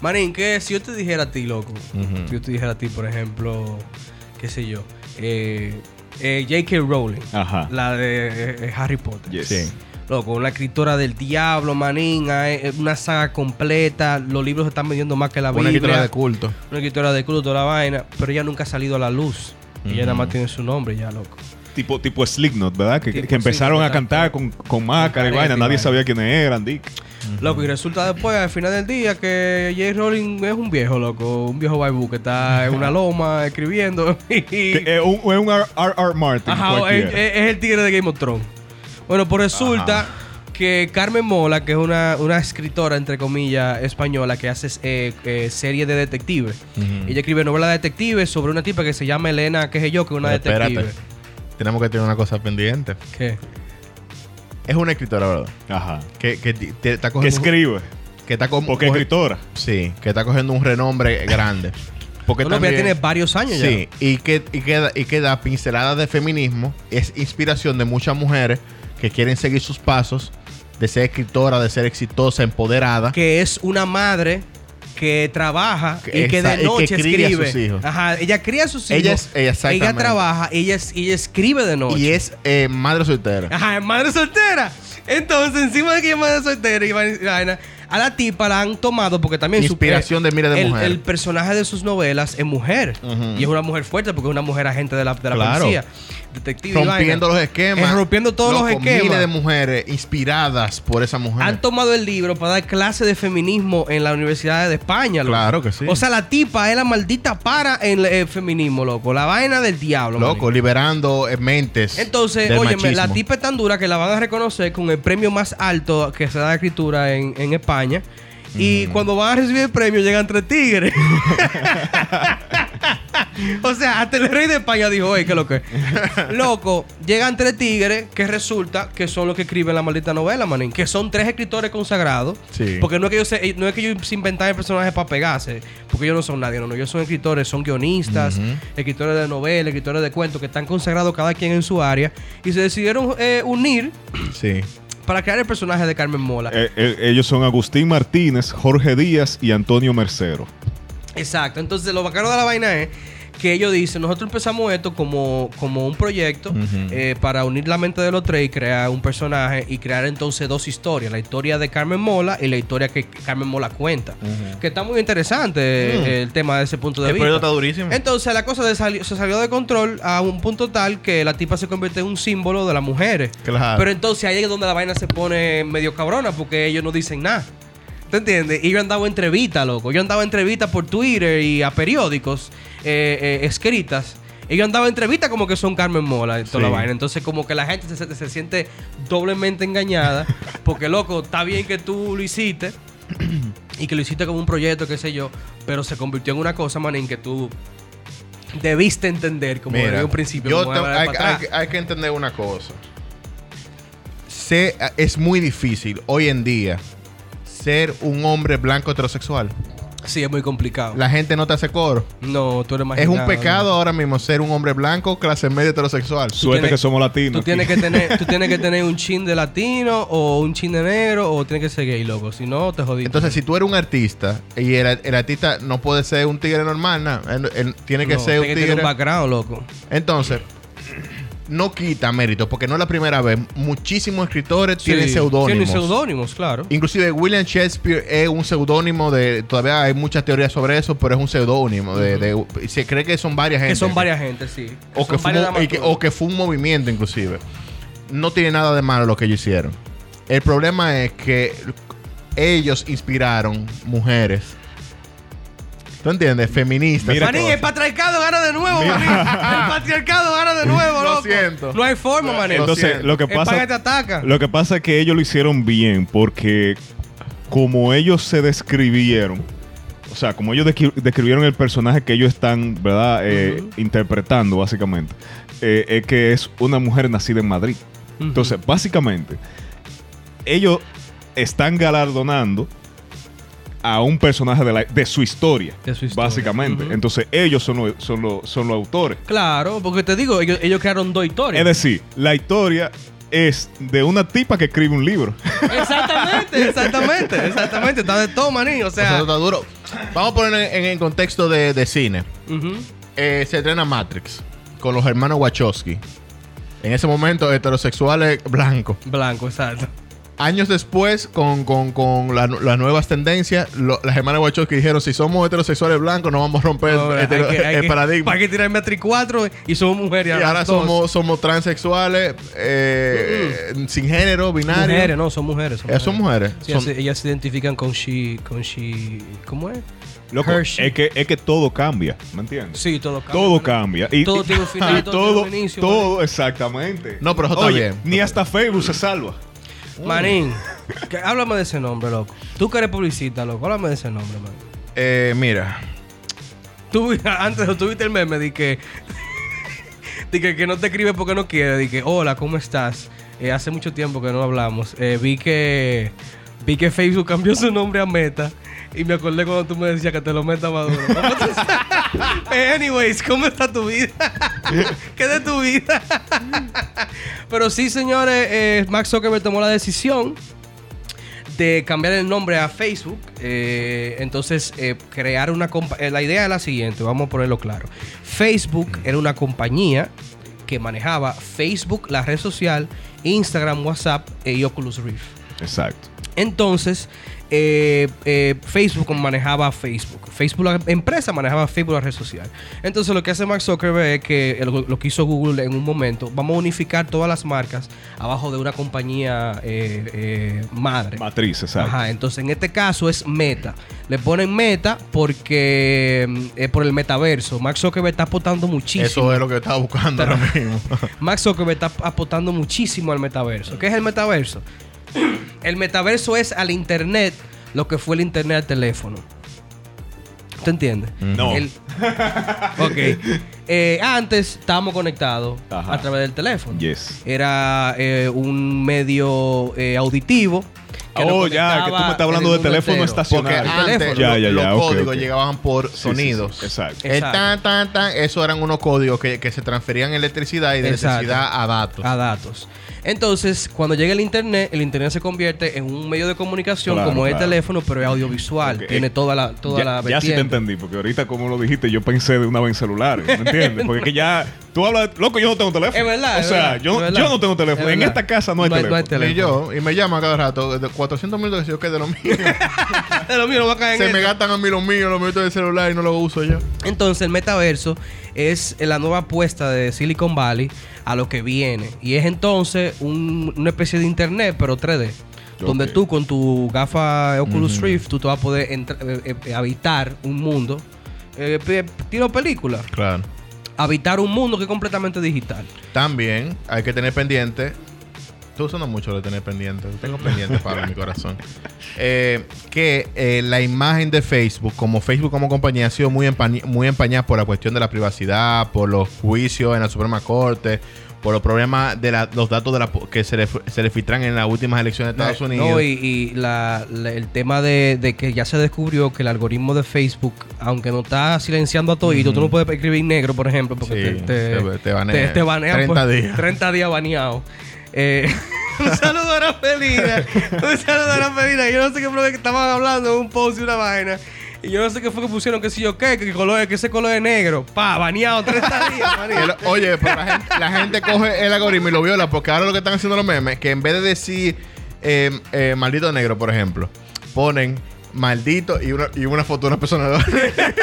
Speaker 1: Manín, que si yo te dijera a ti, loco,
Speaker 2: Ujú.
Speaker 1: si yo te dijera a ti, por ejemplo, qué sé yo, eh, eh, J.K. Rowling,
Speaker 3: Ajá.
Speaker 1: la de eh, eh, Harry Potter.
Speaker 3: Yes.
Speaker 2: Sí.
Speaker 1: Loco, una escritora del diablo, manín, hay, eh, una saga completa, los libros se están vendiendo más que la
Speaker 2: Una
Speaker 1: Biblia.
Speaker 2: guitarra de culto.
Speaker 1: una escritora de culo, toda la vaina, pero ella nunca ha salido a la luz. Ella nada más
Speaker 2: Ujú.
Speaker 1: tiene su nombre ya, loco.
Speaker 3: Tipo, tipo Slipknot, ¿verdad? Que,
Speaker 1: Tipo
Speaker 3: que empezaron
Speaker 1: Slipknot,
Speaker 3: a cantar con, con máscara y
Speaker 1: careta
Speaker 3: vaina.
Speaker 1: y
Speaker 3: Nadie
Speaker 1: vaina.
Speaker 3: sabía quiénes eran, Dick.
Speaker 1: Loco, y resulta después, al final del día, que J. Rowling es un viejo, loco. Un viejo baibú que está en una loma escribiendo.
Speaker 3: Que
Speaker 1: Y...
Speaker 3: Es un, es un R.R. Martin
Speaker 1: Ajá, eh, es,
Speaker 3: cualquiera.
Speaker 1: es- es el tigre de Game of Thrones. Bueno, pues resulta que Carmen Mola, que es una, una escritora, entre comillas, española, que hace eh, eh, series de detectives. Ella escribe novelas de detectives sobre una tipa que se llama Elena, que sé yo, que es una
Speaker 2: Pero espérate.
Speaker 1: detective.
Speaker 2: Tenemos que tener una cosa pendiente.
Speaker 1: ¿Qué?
Speaker 2: Es una escritora, ¿verdad?
Speaker 3: Ajá.
Speaker 2: Que, que ti- te- está
Speaker 3: Que
Speaker 2: cogiendo.
Speaker 3: escribe.
Speaker 2: que está co-
Speaker 3: Porque es
Speaker 2: coge-
Speaker 3: escritora.
Speaker 2: Sí, que está cogiendo un renombre grande. Porque
Speaker 1: No, no, pero
Speaker 2: también,
Speaker 1: ya tiene varios años ya.
Speaker 2: Sí, y que, y, que da, y que da pinceladas de feminismo. Es inspiración de muchas mujeres que quieren seguir sus pasos de ser escritora, de ser exitosa, empoderada.
Speaker 1: que es una madre que trabaja
Speaker 2: Que
Speaker 1: y que
Speaker 2: esa- y
Speaker 1: de
Speaker 2: que
Speaker 1: noche
Speaker 2: cría a
Speaker 1: escribe.
Speaker 2: sus hijos.
Speaker 1: Ajá, ella cría a sus hijos.
Speaker 2: Ella es- ella exactamente.
Speaker 1: ella trabaja, ella, es- ella escribe de noche.
Speaker 2: Y es eh, madre soltera.
Speaker 1: Ajá, es madre soltera. Entonces, encima de que es madre soltera y vaina, a la tipa la han tomado porque también su-
Speaker 2: Inspiración de mira de
Speaker 1: el,
Speaker 2: mujer.
Speaker 1: el personaje de sus novelas es mujer.
Speaker 2: Ujú.
Speaker 1: Y es una mujer fuerte porque es una mujer agente de la, de la
Speaker 2: Claro.
Speaker 1: policía. Detective. y
Speaker 2: rompiendo
Speaker 1: vaina.
Speaker 2: los esquemas.
Speaker 1: Es rompiendo todos los
Speaker 2: Loco,
Speaker 1: esquemas.
Speaker 2: Miles de mujeres inspiradas por esa mujer.
Speaker 1: Han tomado el libro para dar clase de feminismo en la Universidad de España, loco.
Speaker 2: Claro que sí.
Speaker 1: O sea, la tipa es la maldita para en el feminismo, loco. La vaina del diablo,
Speaker 2: Loco,
Speaker 1: manín.
Speaker 2: liberando eh, mentes.
Speaker 1: Entonces,
Speaker 2: del
Speaker 1: oye, la
Speaker 2: machismo.
Speaker 1: tipa es tan dura que la van a reconocer con el premio más alto que se da de escritura en, en
Speaker 2: Mm.
Speaker 1: España. Y cuando van a recibir el premio llegan tres tigres. O sea, hasta el rey de España dijo, ey, ¿qué es lo que? es?". Loco, llegan tres tigres que resulta que son los que escriben la maldita novela, manín. Que son tres escritores consagrados.
Speaker 2: Sí.
Speaker 1: Porque no es que ellos, se- eh, no es que ellos se inventaron el personaje para pegarse. Porque ellos no son nadie, no, no. Ellos son escritores, son guionistas,
Speaker 2: Ujú.
Speaker 1: escritores de novelas, escritores de cuentos, que están consagrados cada quien en su área. Y se decidieron eh, unir
Speaker 2: Sí.
Speaker 1: para crear el personaje de Carmen Mola.
Speaker 3: Eh, eh, ellos son Agustín Martínez, Jorge Díaz y Antonio Mercero.
Speaker 1: Exacto. Entonces, lo bacano de la vaina es que ellos dicen, nosotros empezamos esto como, como un proyecto
Speaker 2: Ujú.
Speaker 1: eh, para unir la mente de los tres y crear un personaje y crear entonces dos historias, la historia de Carmen Mola y la historia que Carmen Mola cuenta. Que está muy interesante eh, el tema de ese punto de
Speaker 2: El
Speaker 1: vista.
Speaker 2: proyecto está durísimo.
Speaker 1: Entonces la cosa de sali- se salió de control a un punto tal que la tipa se convierte en un símbolo de las mujeres.
Speaker 2: Claro.
Speaker 1: Pero entonces ahí es donde la vaina se pone medio cabrona porque ellos no dicen nada. ¿Te entiendes? Y yo andaba entrevista, loco. Yo andaba entrevista por Twitter y a periódicos eh, eh, escritas. Y yo andaba entrevista como que son Carmen Mola y toda la
Speaker 2: Sí.
Speaker 1: vaina. Entonces como que la gente se, se- se siente doblemente engañada. Porque, loco, está bien que tú lo hiciste. Y que lo hiciste como un proyecto, qué sé yo. Pero se convirtió en una cosa, man, en que tú debiste entender como
Speaker 2: Mira,
Speaker 1: desde un principio.
Speaker 2: yo
Speaker 1: como de
Speaker 2: tengo-
Speaker 1: hablar
Speaker 2: hay,
Speaker 1: para
Speaker 2: hay-
Speaker 1: atrás.
Speaker 2: hay que entender una cosa. Se- es muy difícil hoy en día ser un hombre blanco heterosexual.
Speaker 1: Sí, es muy complicado.
Speaker 2: La gente no te hace coro.
Speaker 1: No, tú eres más
Speaker 2: es un
Speaker 1: nada,
Speaker 2: pecado ahora mismo ser un hombre blanco, clase media heterosexual.
Speaker 3: Suerte
Speaker 1: tienes-
Speaker 3: que somos
Speaker 1: no.
Speaker 3: latinos.
Speaker 1: Tú tienes,
Speaker 3: aquí.
Speaker 1: que tener, tú tienes que tener un chin de latino o un chin de negro o tienes que ser gay, loco. Si no, te jodiste.
Speaker 2: Entonces, si tú eres un artista y el, el artista no puede ser un tigre normal, nah, él- él tiene que
Speaker 1: No,
Speaker 2: ser un
Speaker 1: tener
Speaker 2: tigre.
Speaker 1: un background, loco.
Speaker 2: Entonces, no quita mérito, porque no es la primera vez. Muchísimos escritores tienen
Speaker 1: Sí,
Speaker 2: seudónimos.
Speaker 1: Tienen seudónimos, claro.
Speaker 2: Inclusive William Shakespeare es un seudónimo de... Todavía hay muchas teorías sobre eso, pero es un seudónimo. de, de- y se cree que son varias gente.
Speaker 1: que son varias gente, sí.
Speaker 2: O
Speaker 1: Son
Speaker 2: que, fue
Speaker 1: varias
Speaker 2: un, y que- o que fue un movimiento inclusive. No tiene nada de malo lo que ellos hicieron. El problema es que ellos inspiraron mujeres. ¿Tú entiendes? Feministas.
Speaker 3: Mira,
Speaker 2: esas
Speaker 1: Manín, el
Speaker 2: cosas.
Speaker 1: patriarcado gana de nuevo, manín. El patriarcado gana de nuevo,
Speaker 2: Lo
Speaker 1: loco.
Speaker 2: siento.
Speaker 1: No hay forma, manín.
Speaker 2: Lo
Speaker 3: Entonces,
Speaker 2: siento.
Speaker 3: lo que
Speaker 1: El paga te
Speaker 3: pasa,
Speaker 1: ataca.
Speaker 3: lo que pasa es que ellos lo hicieron bien porque como ellos se describieron, o sea, como ellos descri- describieron el personaje que ellos están, ¿verdad? Eh, Interpretando, básicamente, eh, es que es una mujer nacida en Madrid.
Speaker 1: Ujú.
Speaker 3: Entonces, básicamente, ellos están galardonando a un personaje de, la- de su historia.
Speaker 1: De su historia.
Speaker 3: Básicamente.
Speaker 1: Ujú.
Speaker 3: Entonces, ellos son, los- son, los- son los autores.
Speaker 1: Claro, porque te digo, ellos, ellos crearon dos historias.
Speaker 3: Es decir, la historia es de una tipa que escribe un libro.
Speaker 1: Exactamente, exactamente, exactamente. Está de todo, manín. O
Speaker 2: O sea,
Speaker 1: sea,
Speaker 2: está duro. Vamos a poner en, el contexto de, de cine.
Speaker 1: ujú.
Speaker 2: Eh, se estrena Matrix con los hermanos Wachowski. En ese momento, heterosexuales blancos.
Speaker 1: blanco, exacto.
Speaker 2: Años después, con, con- con la nu- las nuevas tendencias, lo- las hermanas Wachowski dijeron, si somos heterosexuales blancos, no vamos a romper
Speaker 3: Pues,
Speaker 2: el-
Speaker 3: este
Speaker 1: Ahora,
Speaker 2: hetero-
Speaker 1: hay que- hay
Speaker 2: el
Speaker 1: que-
Speaker 2: paradigma.
Speaker 1: Para que tirarme a tri 4 y somos mujeres.
Speaker 2: Y ahora
Speaker 1: las dos.
Speaker 2: somos, somos transexuales, eh, sin género, binario.
Speaker 1: mujeres, no, son mujeres.
Speaker 2: Eh, son mujeres.
Speaker 1: Sí,
Speaker 2: Son-
Speaker 1: ellas, se- ellas se identifican con she, con she, ¿cómo es?
Speaker 3: Loco, es
Speaker 1: Hershey.
Speaker 3: que, es que todo cambia, ¿me entiendes?
Speaker 1: Sí, todo cambia.
Speaker 3: Todo cambia. Y,
Speaker 1: Todo tiene un final,
Speaker 3: y
Speaker 1: todo tiene un inicio,
Speaker 3: todo, exactamente.
Speaker 2: No, pero eso está
Speaker 3: Oye,
Speaker 2: bien.
Speaker 3: Ni hasta Facebook se salva.
Speaker 1: Manín, que- háblame de ese nombre, loco. Tú que eres publicista, loco, háblame de ese nombre, man.
Speaker 2: Eh, mira,
Speaker 1: Tú antes tuviste el meme de que de que, el que no te escribe porque no quiere, de que hola, ¿cómo estás? Eh, hace mucho tiempo que no hablamos. Eh, vi que vi que Facebook cambió su nombre a Meta y me acordé cuando tú me decías que te lo meta Maduro. ¿Cómo tú estás? Eh, Anyways, ¿cómo está tu vida? ¿Qué de tu vida? Pero sí, señores, eh, Max Zuckerberg tomó la decisión de cambiar el nombre a Facebook. eh, entonces, eh, crear una compañía. La idea es la siguiente, vamos a ponerlo claro. Facebook era una compañía que manejaba Facebook, la red social, Instagram, WhatsApp eh, y Oculus Rift.
Speaker 3: Exacto.
Speaker 1: Entonces, eh, eh, Facebook manejaba Facebook. Facebook, la empresa manejaba Facebook, la red social. Entonces, lo que hace Mark Zuckerberg es que eh, lo, lo que hizo Google en un momento, vamos a unificar todas las marcas abajo de una compañía eh, eh, madre.
Speaker 3: Matriz, exacto.
Speaker 1: Ajá, entonces en este caso es Meta. Le ponen Meta porque mm, eh, por el metaverso. Max Zuckerberg está apostando muchísimo.
Speaker 2: eso es lo que yo estaba buscando ahora mismo.
Speaker 1: Max Zuckerberg está apostando muchísimo al metaverso. ¿Qué es el metaverso? El metaverso es al internet lo que fue el internet al teléfono. ¿Tú entiendes?
Speaker 3: No.
Speaker 1: El- ok. Eh, antes estábamos conectados
Speaker 3: Ajá.
Speaker 1: a través del teléfono.
Speaker 3: Yes.
Speaker 1: Era eh, un medio eh, auditivo. que nos
Speaker 3: Oh, ya, que tú me
Speaker 1: conectaba
Speaker 3: estás hablando
Speaker 1: en el mundo
Speaker 3: de teléfono
Speaker 1: entero.
Speaker 3: estacional.
Speaker 2: Porque
Speaker 1: El
Speaker 2: antes
Speaker 1: teléfono.
Speaker 2: lo-
Speaker 3: Ya, ya,
Speaker 2: los
Speaker 3: ya, ok,
Speaker 2: códigos
Speaker 3: ok.
Speaker 2: llegaban por
Speaker 3: sí,
Speaker 2: sonidos.
Speaker 3: sí, exacto.
Speaker 2: El
Speaker 1: Exacto.
Speaker 2: tan, tan, tan, eso eran unos códigos que, que se transferían electricidad y de
Speaker 1: Exacto.
Speaker 2: electricidad a datos.
Speaker 1: a datos. Entonces, cuando llega el internet, el internet se convierte en un medio de comunicación
Speaker 3: Claro,
Speaker 1: como
Speaker 3: claro.
Speaker 1: es teléfono, pero es audiovisual.
Speaker 3: Ok. eh,
Speaker 1: Tiene toda la toda
Speaker 3: ya,
Speaker 1: la
Speaker 3: ya sí te
Speaker 1: vertiente.
Speaker 3: entendí, porque ahorita como lo dijiste, yo pensé de una vez en celulares, ¿me entiendes? Porque es que ya tú hablas, de- loco, yo no tengo teléfono.
Speaker 1: Es verdad,
Speaker 3: O
Speaker 1: es
Speaker 3: sea,
Speaker 1: verdad,
Speaker 3: yo,
Speaker 1: es
Speaker 3: yo
Speaker 1: verdad.
Speaker 3: no tengo teléfono.
Speaker 1: Es
Speaker 3: En
Speaker 1: verdad.
Speaker 3: esta casa no hay
Speaker 1: No hay- no hay
Speaker 3: teléfono.
Speaker 2: y yo, y me llama cada rato, de 400 mil dólares, yo que de lo mío.
Speaker 1: Lo mío no va a caer en
Speaker 2: se me
Speaker 1: esto.
Speaker 2: gastan a mí los míos, los míos del celular y no los uso yo.
Speaker 1: Entonces, el metaverso es la nueva apuesta de Silicon Valley a lo que viene. Y es entonces un- una especie de internet, pero 3D. Donde
Speaker 3: Ok.
Speaker 1: tú con tu gafa Oculus Rift, tú te vas a poder entra- eh, eh, habitar un mundo. Eh, pe- tiro película.
Speaker 2: Claro.
Speaker 1: Habitar un mundo que es completamente digital.
Speaker 2: También hay que tener pendiente. Estoy usando mucho lo de tener pendiente. Tengo pendiente para mi corazón. Eh, que eh, la imagen de Facebook, como Facebook como compañía, ha sido muy, empaña- muy empañada por la cuestión de la privacidad, por los juicios en la Suprema Corte, por los problemas de la- los datos de la po- que se le, fu- se le filtran en las últimas elecciones de Estados
Speaker 1: No,
Speaker 2: Unidos.
Speaker 1: No, y, y la- la- el tema de, de que ya se descubrió que el algoritmo de Facebook, aunque no está silenciando a todito, tú no puedes escribir negro, por ejemplo, porque
Speaker 2: Sí,
Speaker 1: te, te,
Speaker 2: te- te banea.
Speaker 1: te- te banea
Speaker 2: 30
Speaker 1: por-
Speaker 2: días.
Speaker 1: 30 días baneado. Eh, un saludo a Rafaelina. Un saludo a Rafaelina. Yo no sé qué fue lo que estaban hablando en un post y una vaina. Y yo no sé qué fue que pusieron, qué sé yo qué, que, color, que ese color es negro. Pa, baneado 30 días,
Speaker 2: Y el-
Speaker 1: María.
Speaker 2: oye, pero la gente, la gente coge el algoritmo y lo viola porque ahora lo que están haciendo los memes, que en vez de decir eh, eh, maldito negro, por ejemplo, ponen maldito y una, y una foto de una persona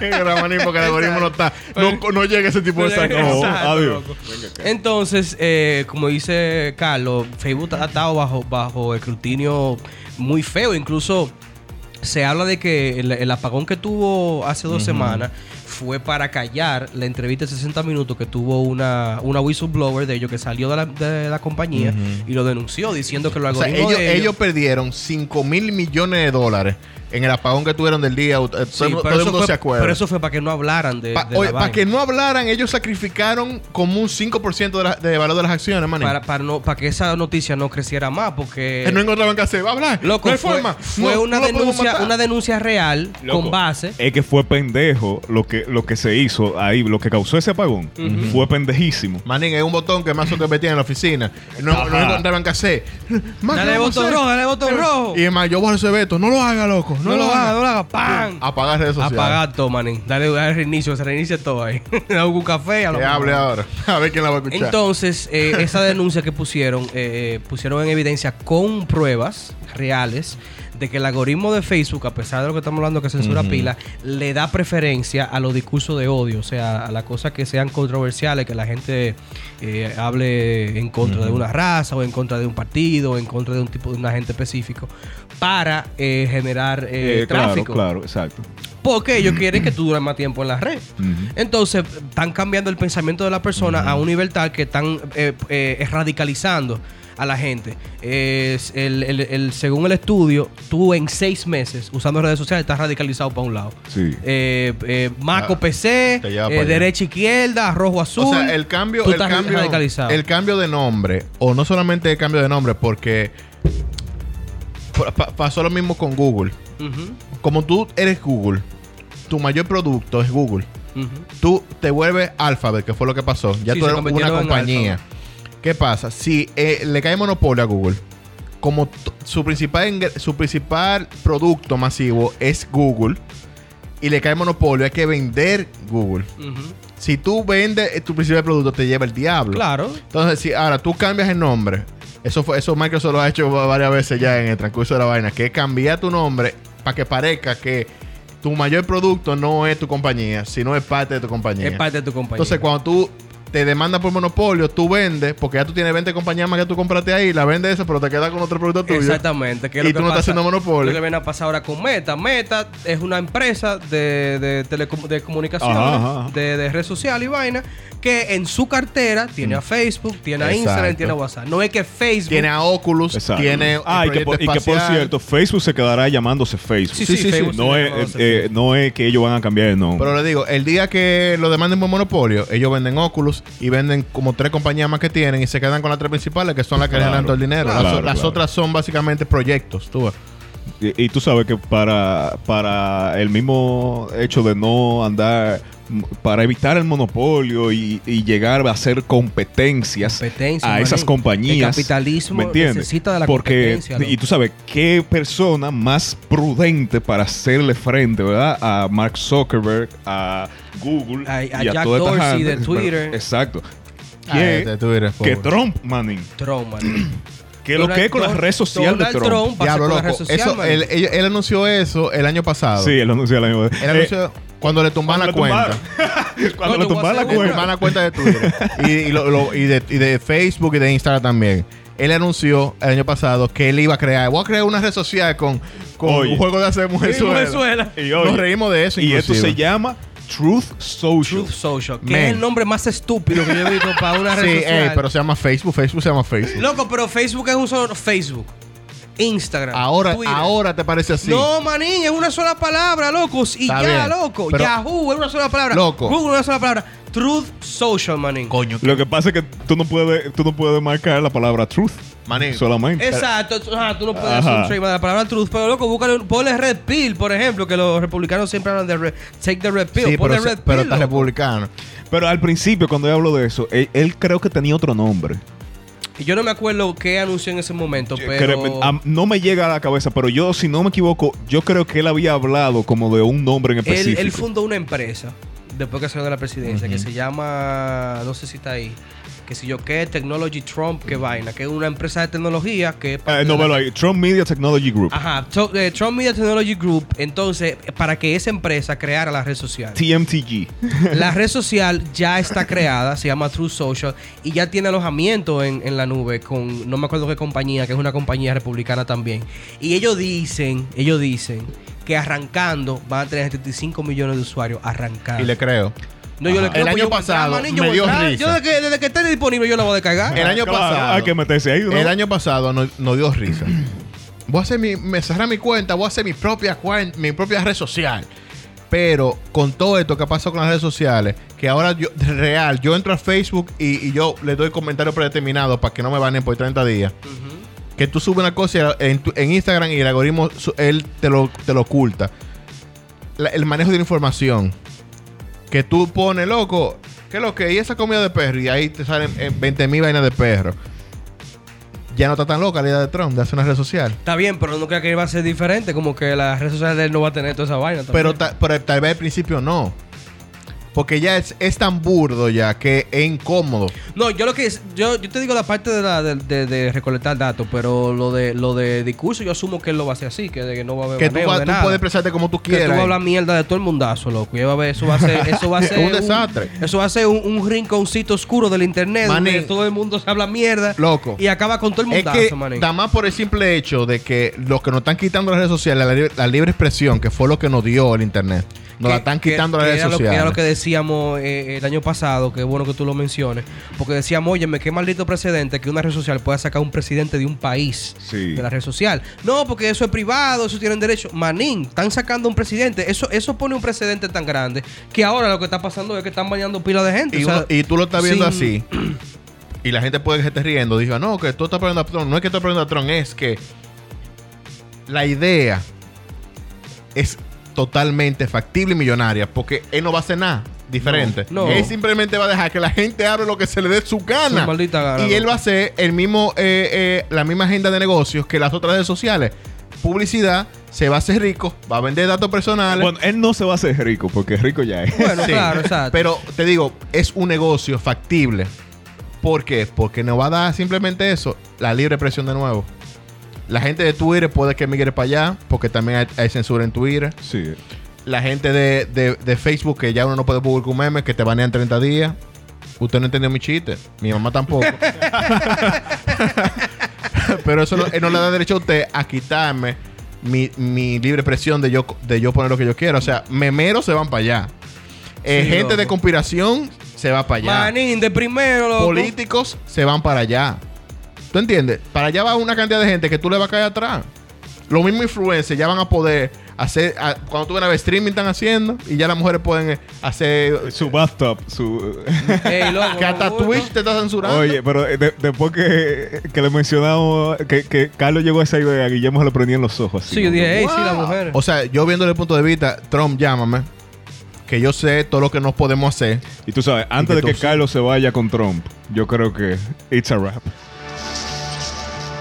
Speaker 2: negra, manín, porque el algoritmo no está, no, no llega a ese tipo de
Speaker 1: No llega.
Speaker 2: saco.
Speaker 3: No,
Speaker 1: Exacto,
Speaker 3: adiós.
Speaker 1: loco. Entonces, eh, como dice Carlos, Facebook ha estado bajo, bajo escrutinio muy feo. Incluso se habla de que el, el apagón que tuvo hace dos semanas fue para callar la entrevista de 60 minutos que tuvo una, una whistleblower de ellos que salió de la, de la compañía y lo denunció diciendo que lo
Speaker 2: O sea,
Speaker 1: algoritmo
Speaker 2: ellos,
Speaker 1: de ellos-
Speaker 2: ellos perdieron 5 mil millones de dólares en el apagón que tuvieron del día. Eh, Todo,
Speaker 1: Sí,
Speaker 2: el mundo- todo
Speaker 1: pero,
Speaker 2: el
Speaker 1: eso
Speaker 2: mundo
Speaker 1: fue,
Speaker 2: se acuerda.
Speaker 1: pero eso fue para que no hablaran de,
Speaker 2: Para
Speaker 1: de la vaina.
Speaker 2: que no hablaran, ellos sacrificaron como un 5% de, la- de valor de las acciones, manín.
Speaker 1: para, para no, para que esa noticia no creciera más porque
Speaker 2: Eh, no encontraban qué hacer. Va a hablar.
Speaker 1: Loco,
Speaker 2: no hay
Speaker 1: fue,
Speaker 2: forma.
Speaker 1: fue
Speaker 2: No-
Speaker 1: una,
Speaker 2: no lo podemos
Speaker 1: denuncia,
Speaker 2: matar.
Speaker 1: una denuncia real
Speaker 3: Loco,
Speaker 1: con base.
Speaker 3: Es que fue pendejo lo que, lo que se hizo ahí, lo que causó ese apagón. Fue pendejísimo.
Speaker 2: Manín, es un botón que más que metía en la oficina. Y No, no
Speaker 3: Ajá.
Speaker 2: encontraban qué hacer. Más,
Speaker 1: Dale
Speaker 2: ¿qué vamos a
Speaker 1: botón
Speaker 2: hacer?
Speaker 1: rojo, dale botón rojo.
Speaker 2: Y es más, yo voy a ese veto. No lo haga, loco. No, lo, haga.
Speaker 1: no lo hagas. ¡Pam!
Speaker 2: Apagar redes sociales.
Speaker 1: Apagar todo, manín. Dale, dale reinicio, que se reinicie todo ahí. Dale un café. A lo
Speaker 2: Que
Speaker 1: mejor.
Speaker 2: hable ahora. A ver quién la va a escuchar.
Speaker 1: Entonces, eh, esa denuncia que pusieron, eh, eh, pusieron en evidencia con pruebas reales de que el algoritmo de Facebook, a pesar de lo que estamos hablando que censura pila, le da preferencia a los discursos de odio, o sea, a las cosas que sean controversiales, que la gente eh, hable en contra de una raza o en contra de un partido o en contra de un tipo de un agente específico para eh, generar eh,
Speaker 3: Eh, claro,
Speaker 1: tráfico.
Speaker 3: claro, exacto.
Speaker 1: Porque
Speaker 2: Mm.
Speaker 1: ellos quieren que tú dures más tiempo en la red.
Speaker 3: Ujú.
Speaker 1: Entonces, están cambiando el pensamiento de la persona a un nivel tal que están eh, eh, radicalizando a la gente. Es el- el- el- según el estudio, tú en seis meses usando redes sociales estás radicalizado para un lado.
Speaker 3: Sí.
Speaker 1: Eh, eh, Maco
Speaker 2: Ah,
Speaker 1: PC,
Speaker 2: te lleva
Speaker 1: eh,
Speaker 2: pa' allá.
Speaker 1: derecha izquierda, rojo azul.
Speaker 2: O sea, el cambio,
Speaker 1: tú
Speaker 2: el
Speaker 1: estás
Speaker 2: cambio,
Speaker 1: radicalizado.
Speaker 2: el cambio de nombre, o no solamente el cambio de nombre, porque pa- pa- pasó lo mismo con Google.
Speaker 1: Ujú,
Speaker 2: Como tú eres Google, tu mayor producto es Google.
Speaker 1: ujú.
Speaker 2: tú te vuelves Alphabet, que fue lo que pasó. Ya
Speaker 1: Sí,
Speaker 2: tú
Speaker 1: se
Speaker 2: eres una
Speaker 1: convirtieron en
Speaker 2: compañía.
Speaker 1: Alphabet.
Speaker 2: ¿Qué pasa? Si eh, le cae monopolio a Google, como t- su principal, ingre- su principal producto masivo es Google, y le cae monopolio, hay que vender Google.
Speaker 1: Ujú.
Speaker 2: Si tú vendes eh, tu principal producto, te lleva el diablo.
Speaker 1: Claro.
Speaker 2: Entonces, si ahora tú cambias el nombre, eso fue, eso Microsoft lo ha hecho va- varias veces ya en el transcurso de la vaina, que es cambiar tu nombre para que parezca que tu mayor producto no es tu compañía, sino es parte de tu compañía.
Speaker 1: Es parte de tu compañía.
Speaker 2: Entonces, cuando tú te demanda por monopolio, tú vendes, porque ya tú tienes 20 compañías más que tú compraste ahí, la vendes esa, pero te quedas con otro producto tuyo.
Speaker 1: Exactamente. que es
Speaker 2: Y
Speaker 1: lo que
Speaker 2: tú no
Speaker 1: pasa-
Speaker 2: estás haciendo monopolio.
Speaker 1: Lo que viene a pasar ahora con Meta. Meta es una empresa de, de, telecom- de comunicaciones,
Speaker 3: Ajá, ajá.
Speaker 1: De, de red social y vaina, que en su cartera tiene a
Speaker 3: Mm.
Speaker 1: Facebook, tiene a
Speaker 2: Exacto.
Speaker 1: Instagram, tiene a WhatsApp. No es que Facebook...
Speaker 2: Tiene a Oculus,
Speaker 3: Exacto.
Speaker 2: tiene el
Speaker 3: Ah, y que,
Speaker 2: proyecto
Speaker 3: por, y que por
Speaker 2: espacial.
Speaker 3: cierto, Facebook se quedará llamándose Facebook.
Speaker 1: Sí, sí, Sí, sí, Facebook sí.
Speaker 3: No,
Speaker 1: se
Speaker 3: es,
Speaker 1: llama-
Speaker 3: eh, eh, no es que ellos van a cambiar de nombre.
Speaker 2: Pero le digo, el día que lo demanden por monopolio, ellos venden Oculus y venden como tres compañías más que tienen y se quedan con las tres principales que son las que
Speaker 3: Claro,
Speaker 2: ganan todo el dinero.
Speaker 3: claro,
Speaker 2: las, o-
Speaker 3: claro.
Speaker 2: las otras son básicamente proyectos, tú ves.
Speaker 3: Y, y tú sabes que para, para el mismo hecho de no andar, m- para evitar el monopolio y, y llegar a hacer competencias
Speaker 1: Competencia,
Speaker 3: a
Speaker 1: manín.
Speaker 3: esas
Speaker 1: El
Speaker 3: compañías.
Speaker 1: capitalismo
Speaker 3: ¿me entiendes?
Speaker 1: necesita de la
Speaker 3: Porque,
Speaker 1: competencia, loco.
Speaker 3: Y tú sabes, qué persona más prudente para hacerle frente, ¿verdad? A Mark Zuckerberg, a Google,
Speaker 1: A- a Jack
Speaker 3: toda esta
Speaker 1: Dorsey de
Speaker 3: gente.
Speaker 1: Twitter.
Speaker 3: Exacto.
Speaker 2: Ah, este Twitter, por
Speaker 3: que
Speaker 2: favor.
Speaker 3: Trump, manín.
Speaker 1: Trump, man.
Speaker 3: Que lo que es con las redes sociales de
Speaker 1: va a
Speaker 3: Trump.
Speaker 1: ser
Speaker 2: Diablo,
Speaker 1: con las
Speaker 2: loco.
Speaker 1: redes sociales,
Speaker 2: Eso,
Speaker 1: man.
Speaker 2: él, él- él anunció eso el año pasado.
Speaker 3: Sí, él anunció el año
Speaker 2: Él
Speaker 3: eh,
Speaker 2: anunció cuando le tumban la
Speaker 3: cuando le
Speaker 2: cuenta.
Speaker 3: tumbaron- Eh, cuando
Speaker 1: No,
Speaker 3: le
Speaker 1: te voy a
Speaker 3: tumbaron la
Speaker 1: hacer
Speaker 2: Le
Speaker 1: Bueno.
Speaker 2: tumban
Speaker 3: cuenta.
Speaker 2: la cuenta de Twitter. y, y lo- lo- y de, y de Facebook y de Instagram también. Él anunció el año pasado que él iba a crear, voy a crear una red social con, con
Speaker 3: Oye.
Speaker 2: un juego de hacer mujer
Speaker 1: Sí, Venezuela.
Speaker 3: Y, oye,
Speaker 2: Nos reímos de eso.
Speaker 3: y esto
Speaker 2: inclusive.
Speaker 3: se llama Truth Social.
Speaker 1: Truth Social, que
Speaker 2: Man.
Speaker 1: es el nombre más estúpido que yo he visto para una red
Speaker 2: Sí,
Speaker 1: social.
Speaker 2: ey, pero se llama Facebook. Facebook se llama Facebook.
Speaker 1: Loco, pero Facebook es un solo Facebook. Instagram.
Speaker 2: ahora,
Speaker 1: Ah. Twitter.
Speaker 2: ahora te parece así.
Speaker 1: No, manín, es una sola palabra, locos. Y
Speaker 2: Está
Speaker 1: ya,
Speaker 2: bien,
Speaker 1: loco.
Speaker 2: pero-
Speaker 1: Yahoo es una sola palabra.
Speaker 2: Loco.
Speaker 1: Google es una sola palabra. Truth Social, manín.
Speaker 2: Coño.
Speaker 3: Lo que pasa es que tú no puedes, tú no puedes marcar la palabra truth
Speaker 2: Manín.
Speaker 3: solamente.
Speaker 1: Exacto, tú- ajá, tú no puedes
Speaker 3: Ajá.
Speaker 1: hacer un trademark de la palabra truth, pero loco, búscale, un- ponle red pill, por ejemplo, que los republicanos siempre hablan de red, take the red pill,
Speaker 2: Sí,
Speaker 1: ponle
Speaker 2: pero, se-
Speaker 1: red
Speaker 2: pero
Speaker 1: pill.
Speaker 2: está
Speaker 1: loco.
Speaker 2: republicano.
Speaker 3: Pero al principio, cuando yo hablo de eso, él, él creo que tenía otro nombre.
Speaker 1: Y yo no me acuerdo qué anunció en ese momento,
Speaker 3: Créeme,
Speaker 1: pero
Speaker 3: a- no me llega a la cabeza, pero yo, si no me equivoco, yo creo que él había hablado como de un nombre en
Speaker 1: él,
Speaker 3: específico.
Speaker 1: él fundó una empresa después que salió de la presidencia que se llama, no sé si está ahí, que si yo qué, Technology Trump, qué vaina, que es una empresa de tecnología que es parte
Speaker 3: Eh, no,
Speaker 1: de la-
Speaker 3: pero ahí, Trump Media Technology Group.
Speaker 1: Ajá, To- eh, Trump Media Technology Group, entonces, para que esa empresa creara la red social.
Speaker 3: TMTG.
Speaker 1: La red social ya está creada, se llama True Social, y ya tiene alojamiento en, en la nube con no me acuerdo qué compañía, que es una compañía republicana también. Y ellos dicen, ellos dicen que arrancando van a tener 75 millones de usuarios arrancando.
Speaker 2: Y le creo.
Speaker 1: no, yo le
Speaker 2: Ajá. El
Speaker 1: pues,
Speaker 2: año
Speaker 1: yo voy a entrar,
Speaker 2: pasado
Speaker 1: manín, yo
Speaker 2: me
Speaker 1: voy a
Speaker 2: dio
Speaker 1: entrar.
Speaker 2: risa.
Speaker 1: Yo desde que, desde que esté disponible yo la voy a descargar.
Speaker 2: El año
Speaker 3: Claro,
Speaker 2: pasado.
Speaker 3: Hay que meterse ahí, ¿no?
Speaker 2: El año pasado no- nos dio risa. Voy a hacer mi, me cerré mi cuenta, voy a hacer mi propia cuenta, mi propia red social. Pero con todo esto que ha pasado con las redes sociales, que ahora yo, real, yo entro a Facebook y, y yo le doy comentarios predeterminados para que no me banen por 30 días. Que tú subes una cosa en, tu- en Instagram y el algoritmo, su- él te lo, te lo oculta. La- el manejo de la información. Que tú pones, loco, ¿qué es lo que? Y esa comida de perro. Y ahí te salen 20 mil vainas de perro. Ya no está tan loca la idea de Trump de hacer una red social.
Speaker 1: Está bien, pero no creo que va a ser diferente, como que la red social de él no va a tener toda esa vaina. también.
Speaker 2: Pero, ta- pero tal vez al principio no. Porque ya es, es tan burdo ya que es incómodo.
Speaker 1: No, yo lo que es- yo, yo te digo la parte de, la, de, de- de recolectar datos, pero lo de lo de discurso yo asumo que él lo va a hacer así, que, de que no va a haber
Speaker 2: Que tú,
Speaker 1: baneo
Speaker 2: vas-
Speaker 1: de
Speaker 2: tú
Speaker 1: nada.
Speaker 2: puedes expresarte como tú
Speaker 1: que tú vas a
Speaker 2: quieras.
Speaker 1: hablar mierda de todo el mundazo, loco. Y va a ver, eso va a ser, eso va a ser
Speaker 2: Un desastre.
Speaker 1: Eso va a ser un, un rinconcito oscuro del internet
Speaker 2: Maní.
Speaker 1: donde todo el mundo se habla mierda
Speaker 2: Loco.
Speaker 1: y acaba con todo el
Speaker 2: Es
Speaker 1: mundazo,
Speaker 2: que,
Speaker 1: maní.
Speaker 2: nada más por el simple hecho de que los que nos están quitando las redes sociales, la, libre- la libre expresión, que fue lo que nos dio el Internet, nos la
Speaker 1: Que-
Speaker 2: están
Speaker 1: que-
Speaker 2: quitando las
Speaker 1: que
Speaker 2: redes
Speaker 1: era lo, que
Speaker 2: sociales.
Speaker 1: Era lo que decíamos eh, el año pasado, que es bueno que tú lo menciones, porque decíamos, oye, qué maldito precedente que una red social pueda sacar un presidente de un país
Speaker 3: Sí.
Speaker 1: de la red social. No, porque eso es privado, eso tienen derecho. Manín, están sacando un presidente. Eso, eso pone un precedente tan grande que ahora lo que está pasando es que están bañando pila de gente.
Speaker 2: y,
Speaker 1: o sea,
Speaker 2: uno- y tú lo estás viendo
Speaker 1: sin-
Speaker 2: así. Y la gente puede que se esté riendo. Diga, no, que tú estás aprendiendo a Tron. No es que tú aprendiendo a Tron, es que la idea es totalmente factible y millonaria. Porque él no va a hacer nada diferente.
Speaker 1: No, no.
Speaker 2: Él simplemente va a dejar que la gente hable lo que se le dé su gana.
Speaker 1: Su maldita gana,
Speaker 2: y él
Speaker 1: loco.
Speaker 2: va a hacer el mismo, eh, eh, la misma agenda de negocios que las otras redes sociales. Publicidad, se va a hacer rico, va a vender datos personales.
Speaker 3: Bueno, él no se va a hacer rico, porque rico ya es.
Speaker 1: Bueno,
Speaker 2: Sí.
Speaker 1: claro, exacto.
Speaker 2: Pero te digo, es un negocio factible. ¿Por qué? Porque nos va a dar simplemente eso, la libre expresión de nuevo. La gente de Twitter puede que migre para allá, porque también hay, hay censura en Twitter.
Speaker 3: Sí.
Speaker 2: La gente de, de- de Facebook, que ya uno no puede publicar un meme, que te banean 30 días. Usted no entendió mi chiste. Mi mamá tampoco. Pero eso no, eh, no le da derecho a usted a quitarme mi, mi libre expresión de yo, de yo poner lo que yo quiero. O sea, memeros se van para allá. Eh,
Speaker 1: Sí,
Speaker 2: gente de
Speaker 1: loco.
Speaker 2: conspiración se va para allá.
Speaker 1: Manín, de primero, loco.
Speaker 2: Políticos se van para allá. ¿Tú entiendes? Para allá va una cantidad de gente que tú le vas a caer atrás. Los mismos influencers ya van a poder hacer. a- cuando tú ven a ver streaming, están haciendo. Y ya las mujeres pueden eh, hacer.
Speaker 3: Su bathtub, su...
Speaker 1: Ey, loco,
Speaker 2: Que hasta
Speaker 1: no, no.
Speaker 2: Twitch te está censurando.
Speaker 3: Oye, pero eh, de- después que, que le mencionamos que, que Carlos llegó a esa idea, a Guillermo se le prendían los ojos. así,
Speaker 1: Sí, yo
Speaker 3: ¿no?
Speaker 1: dije, ey, sí, la
Speaker 2: Wow.
Speaker 1: mujer.
Speaker 2: O sea, yo viéndole el punto de vista, Trump, llámame. Que yo sé todo lo que nos podemos hacer.
Speaker 3: Y tú sabes, antes
Speaker 2: Y
Speaker 3: de
Speaker 2: que
Speaker 3: que
Speaker 2: tú-
Speaker 3: Carlos se vaya con Trump, yo creo que it's a wrap.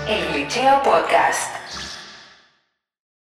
Speaker 4: El Liceo Podcast.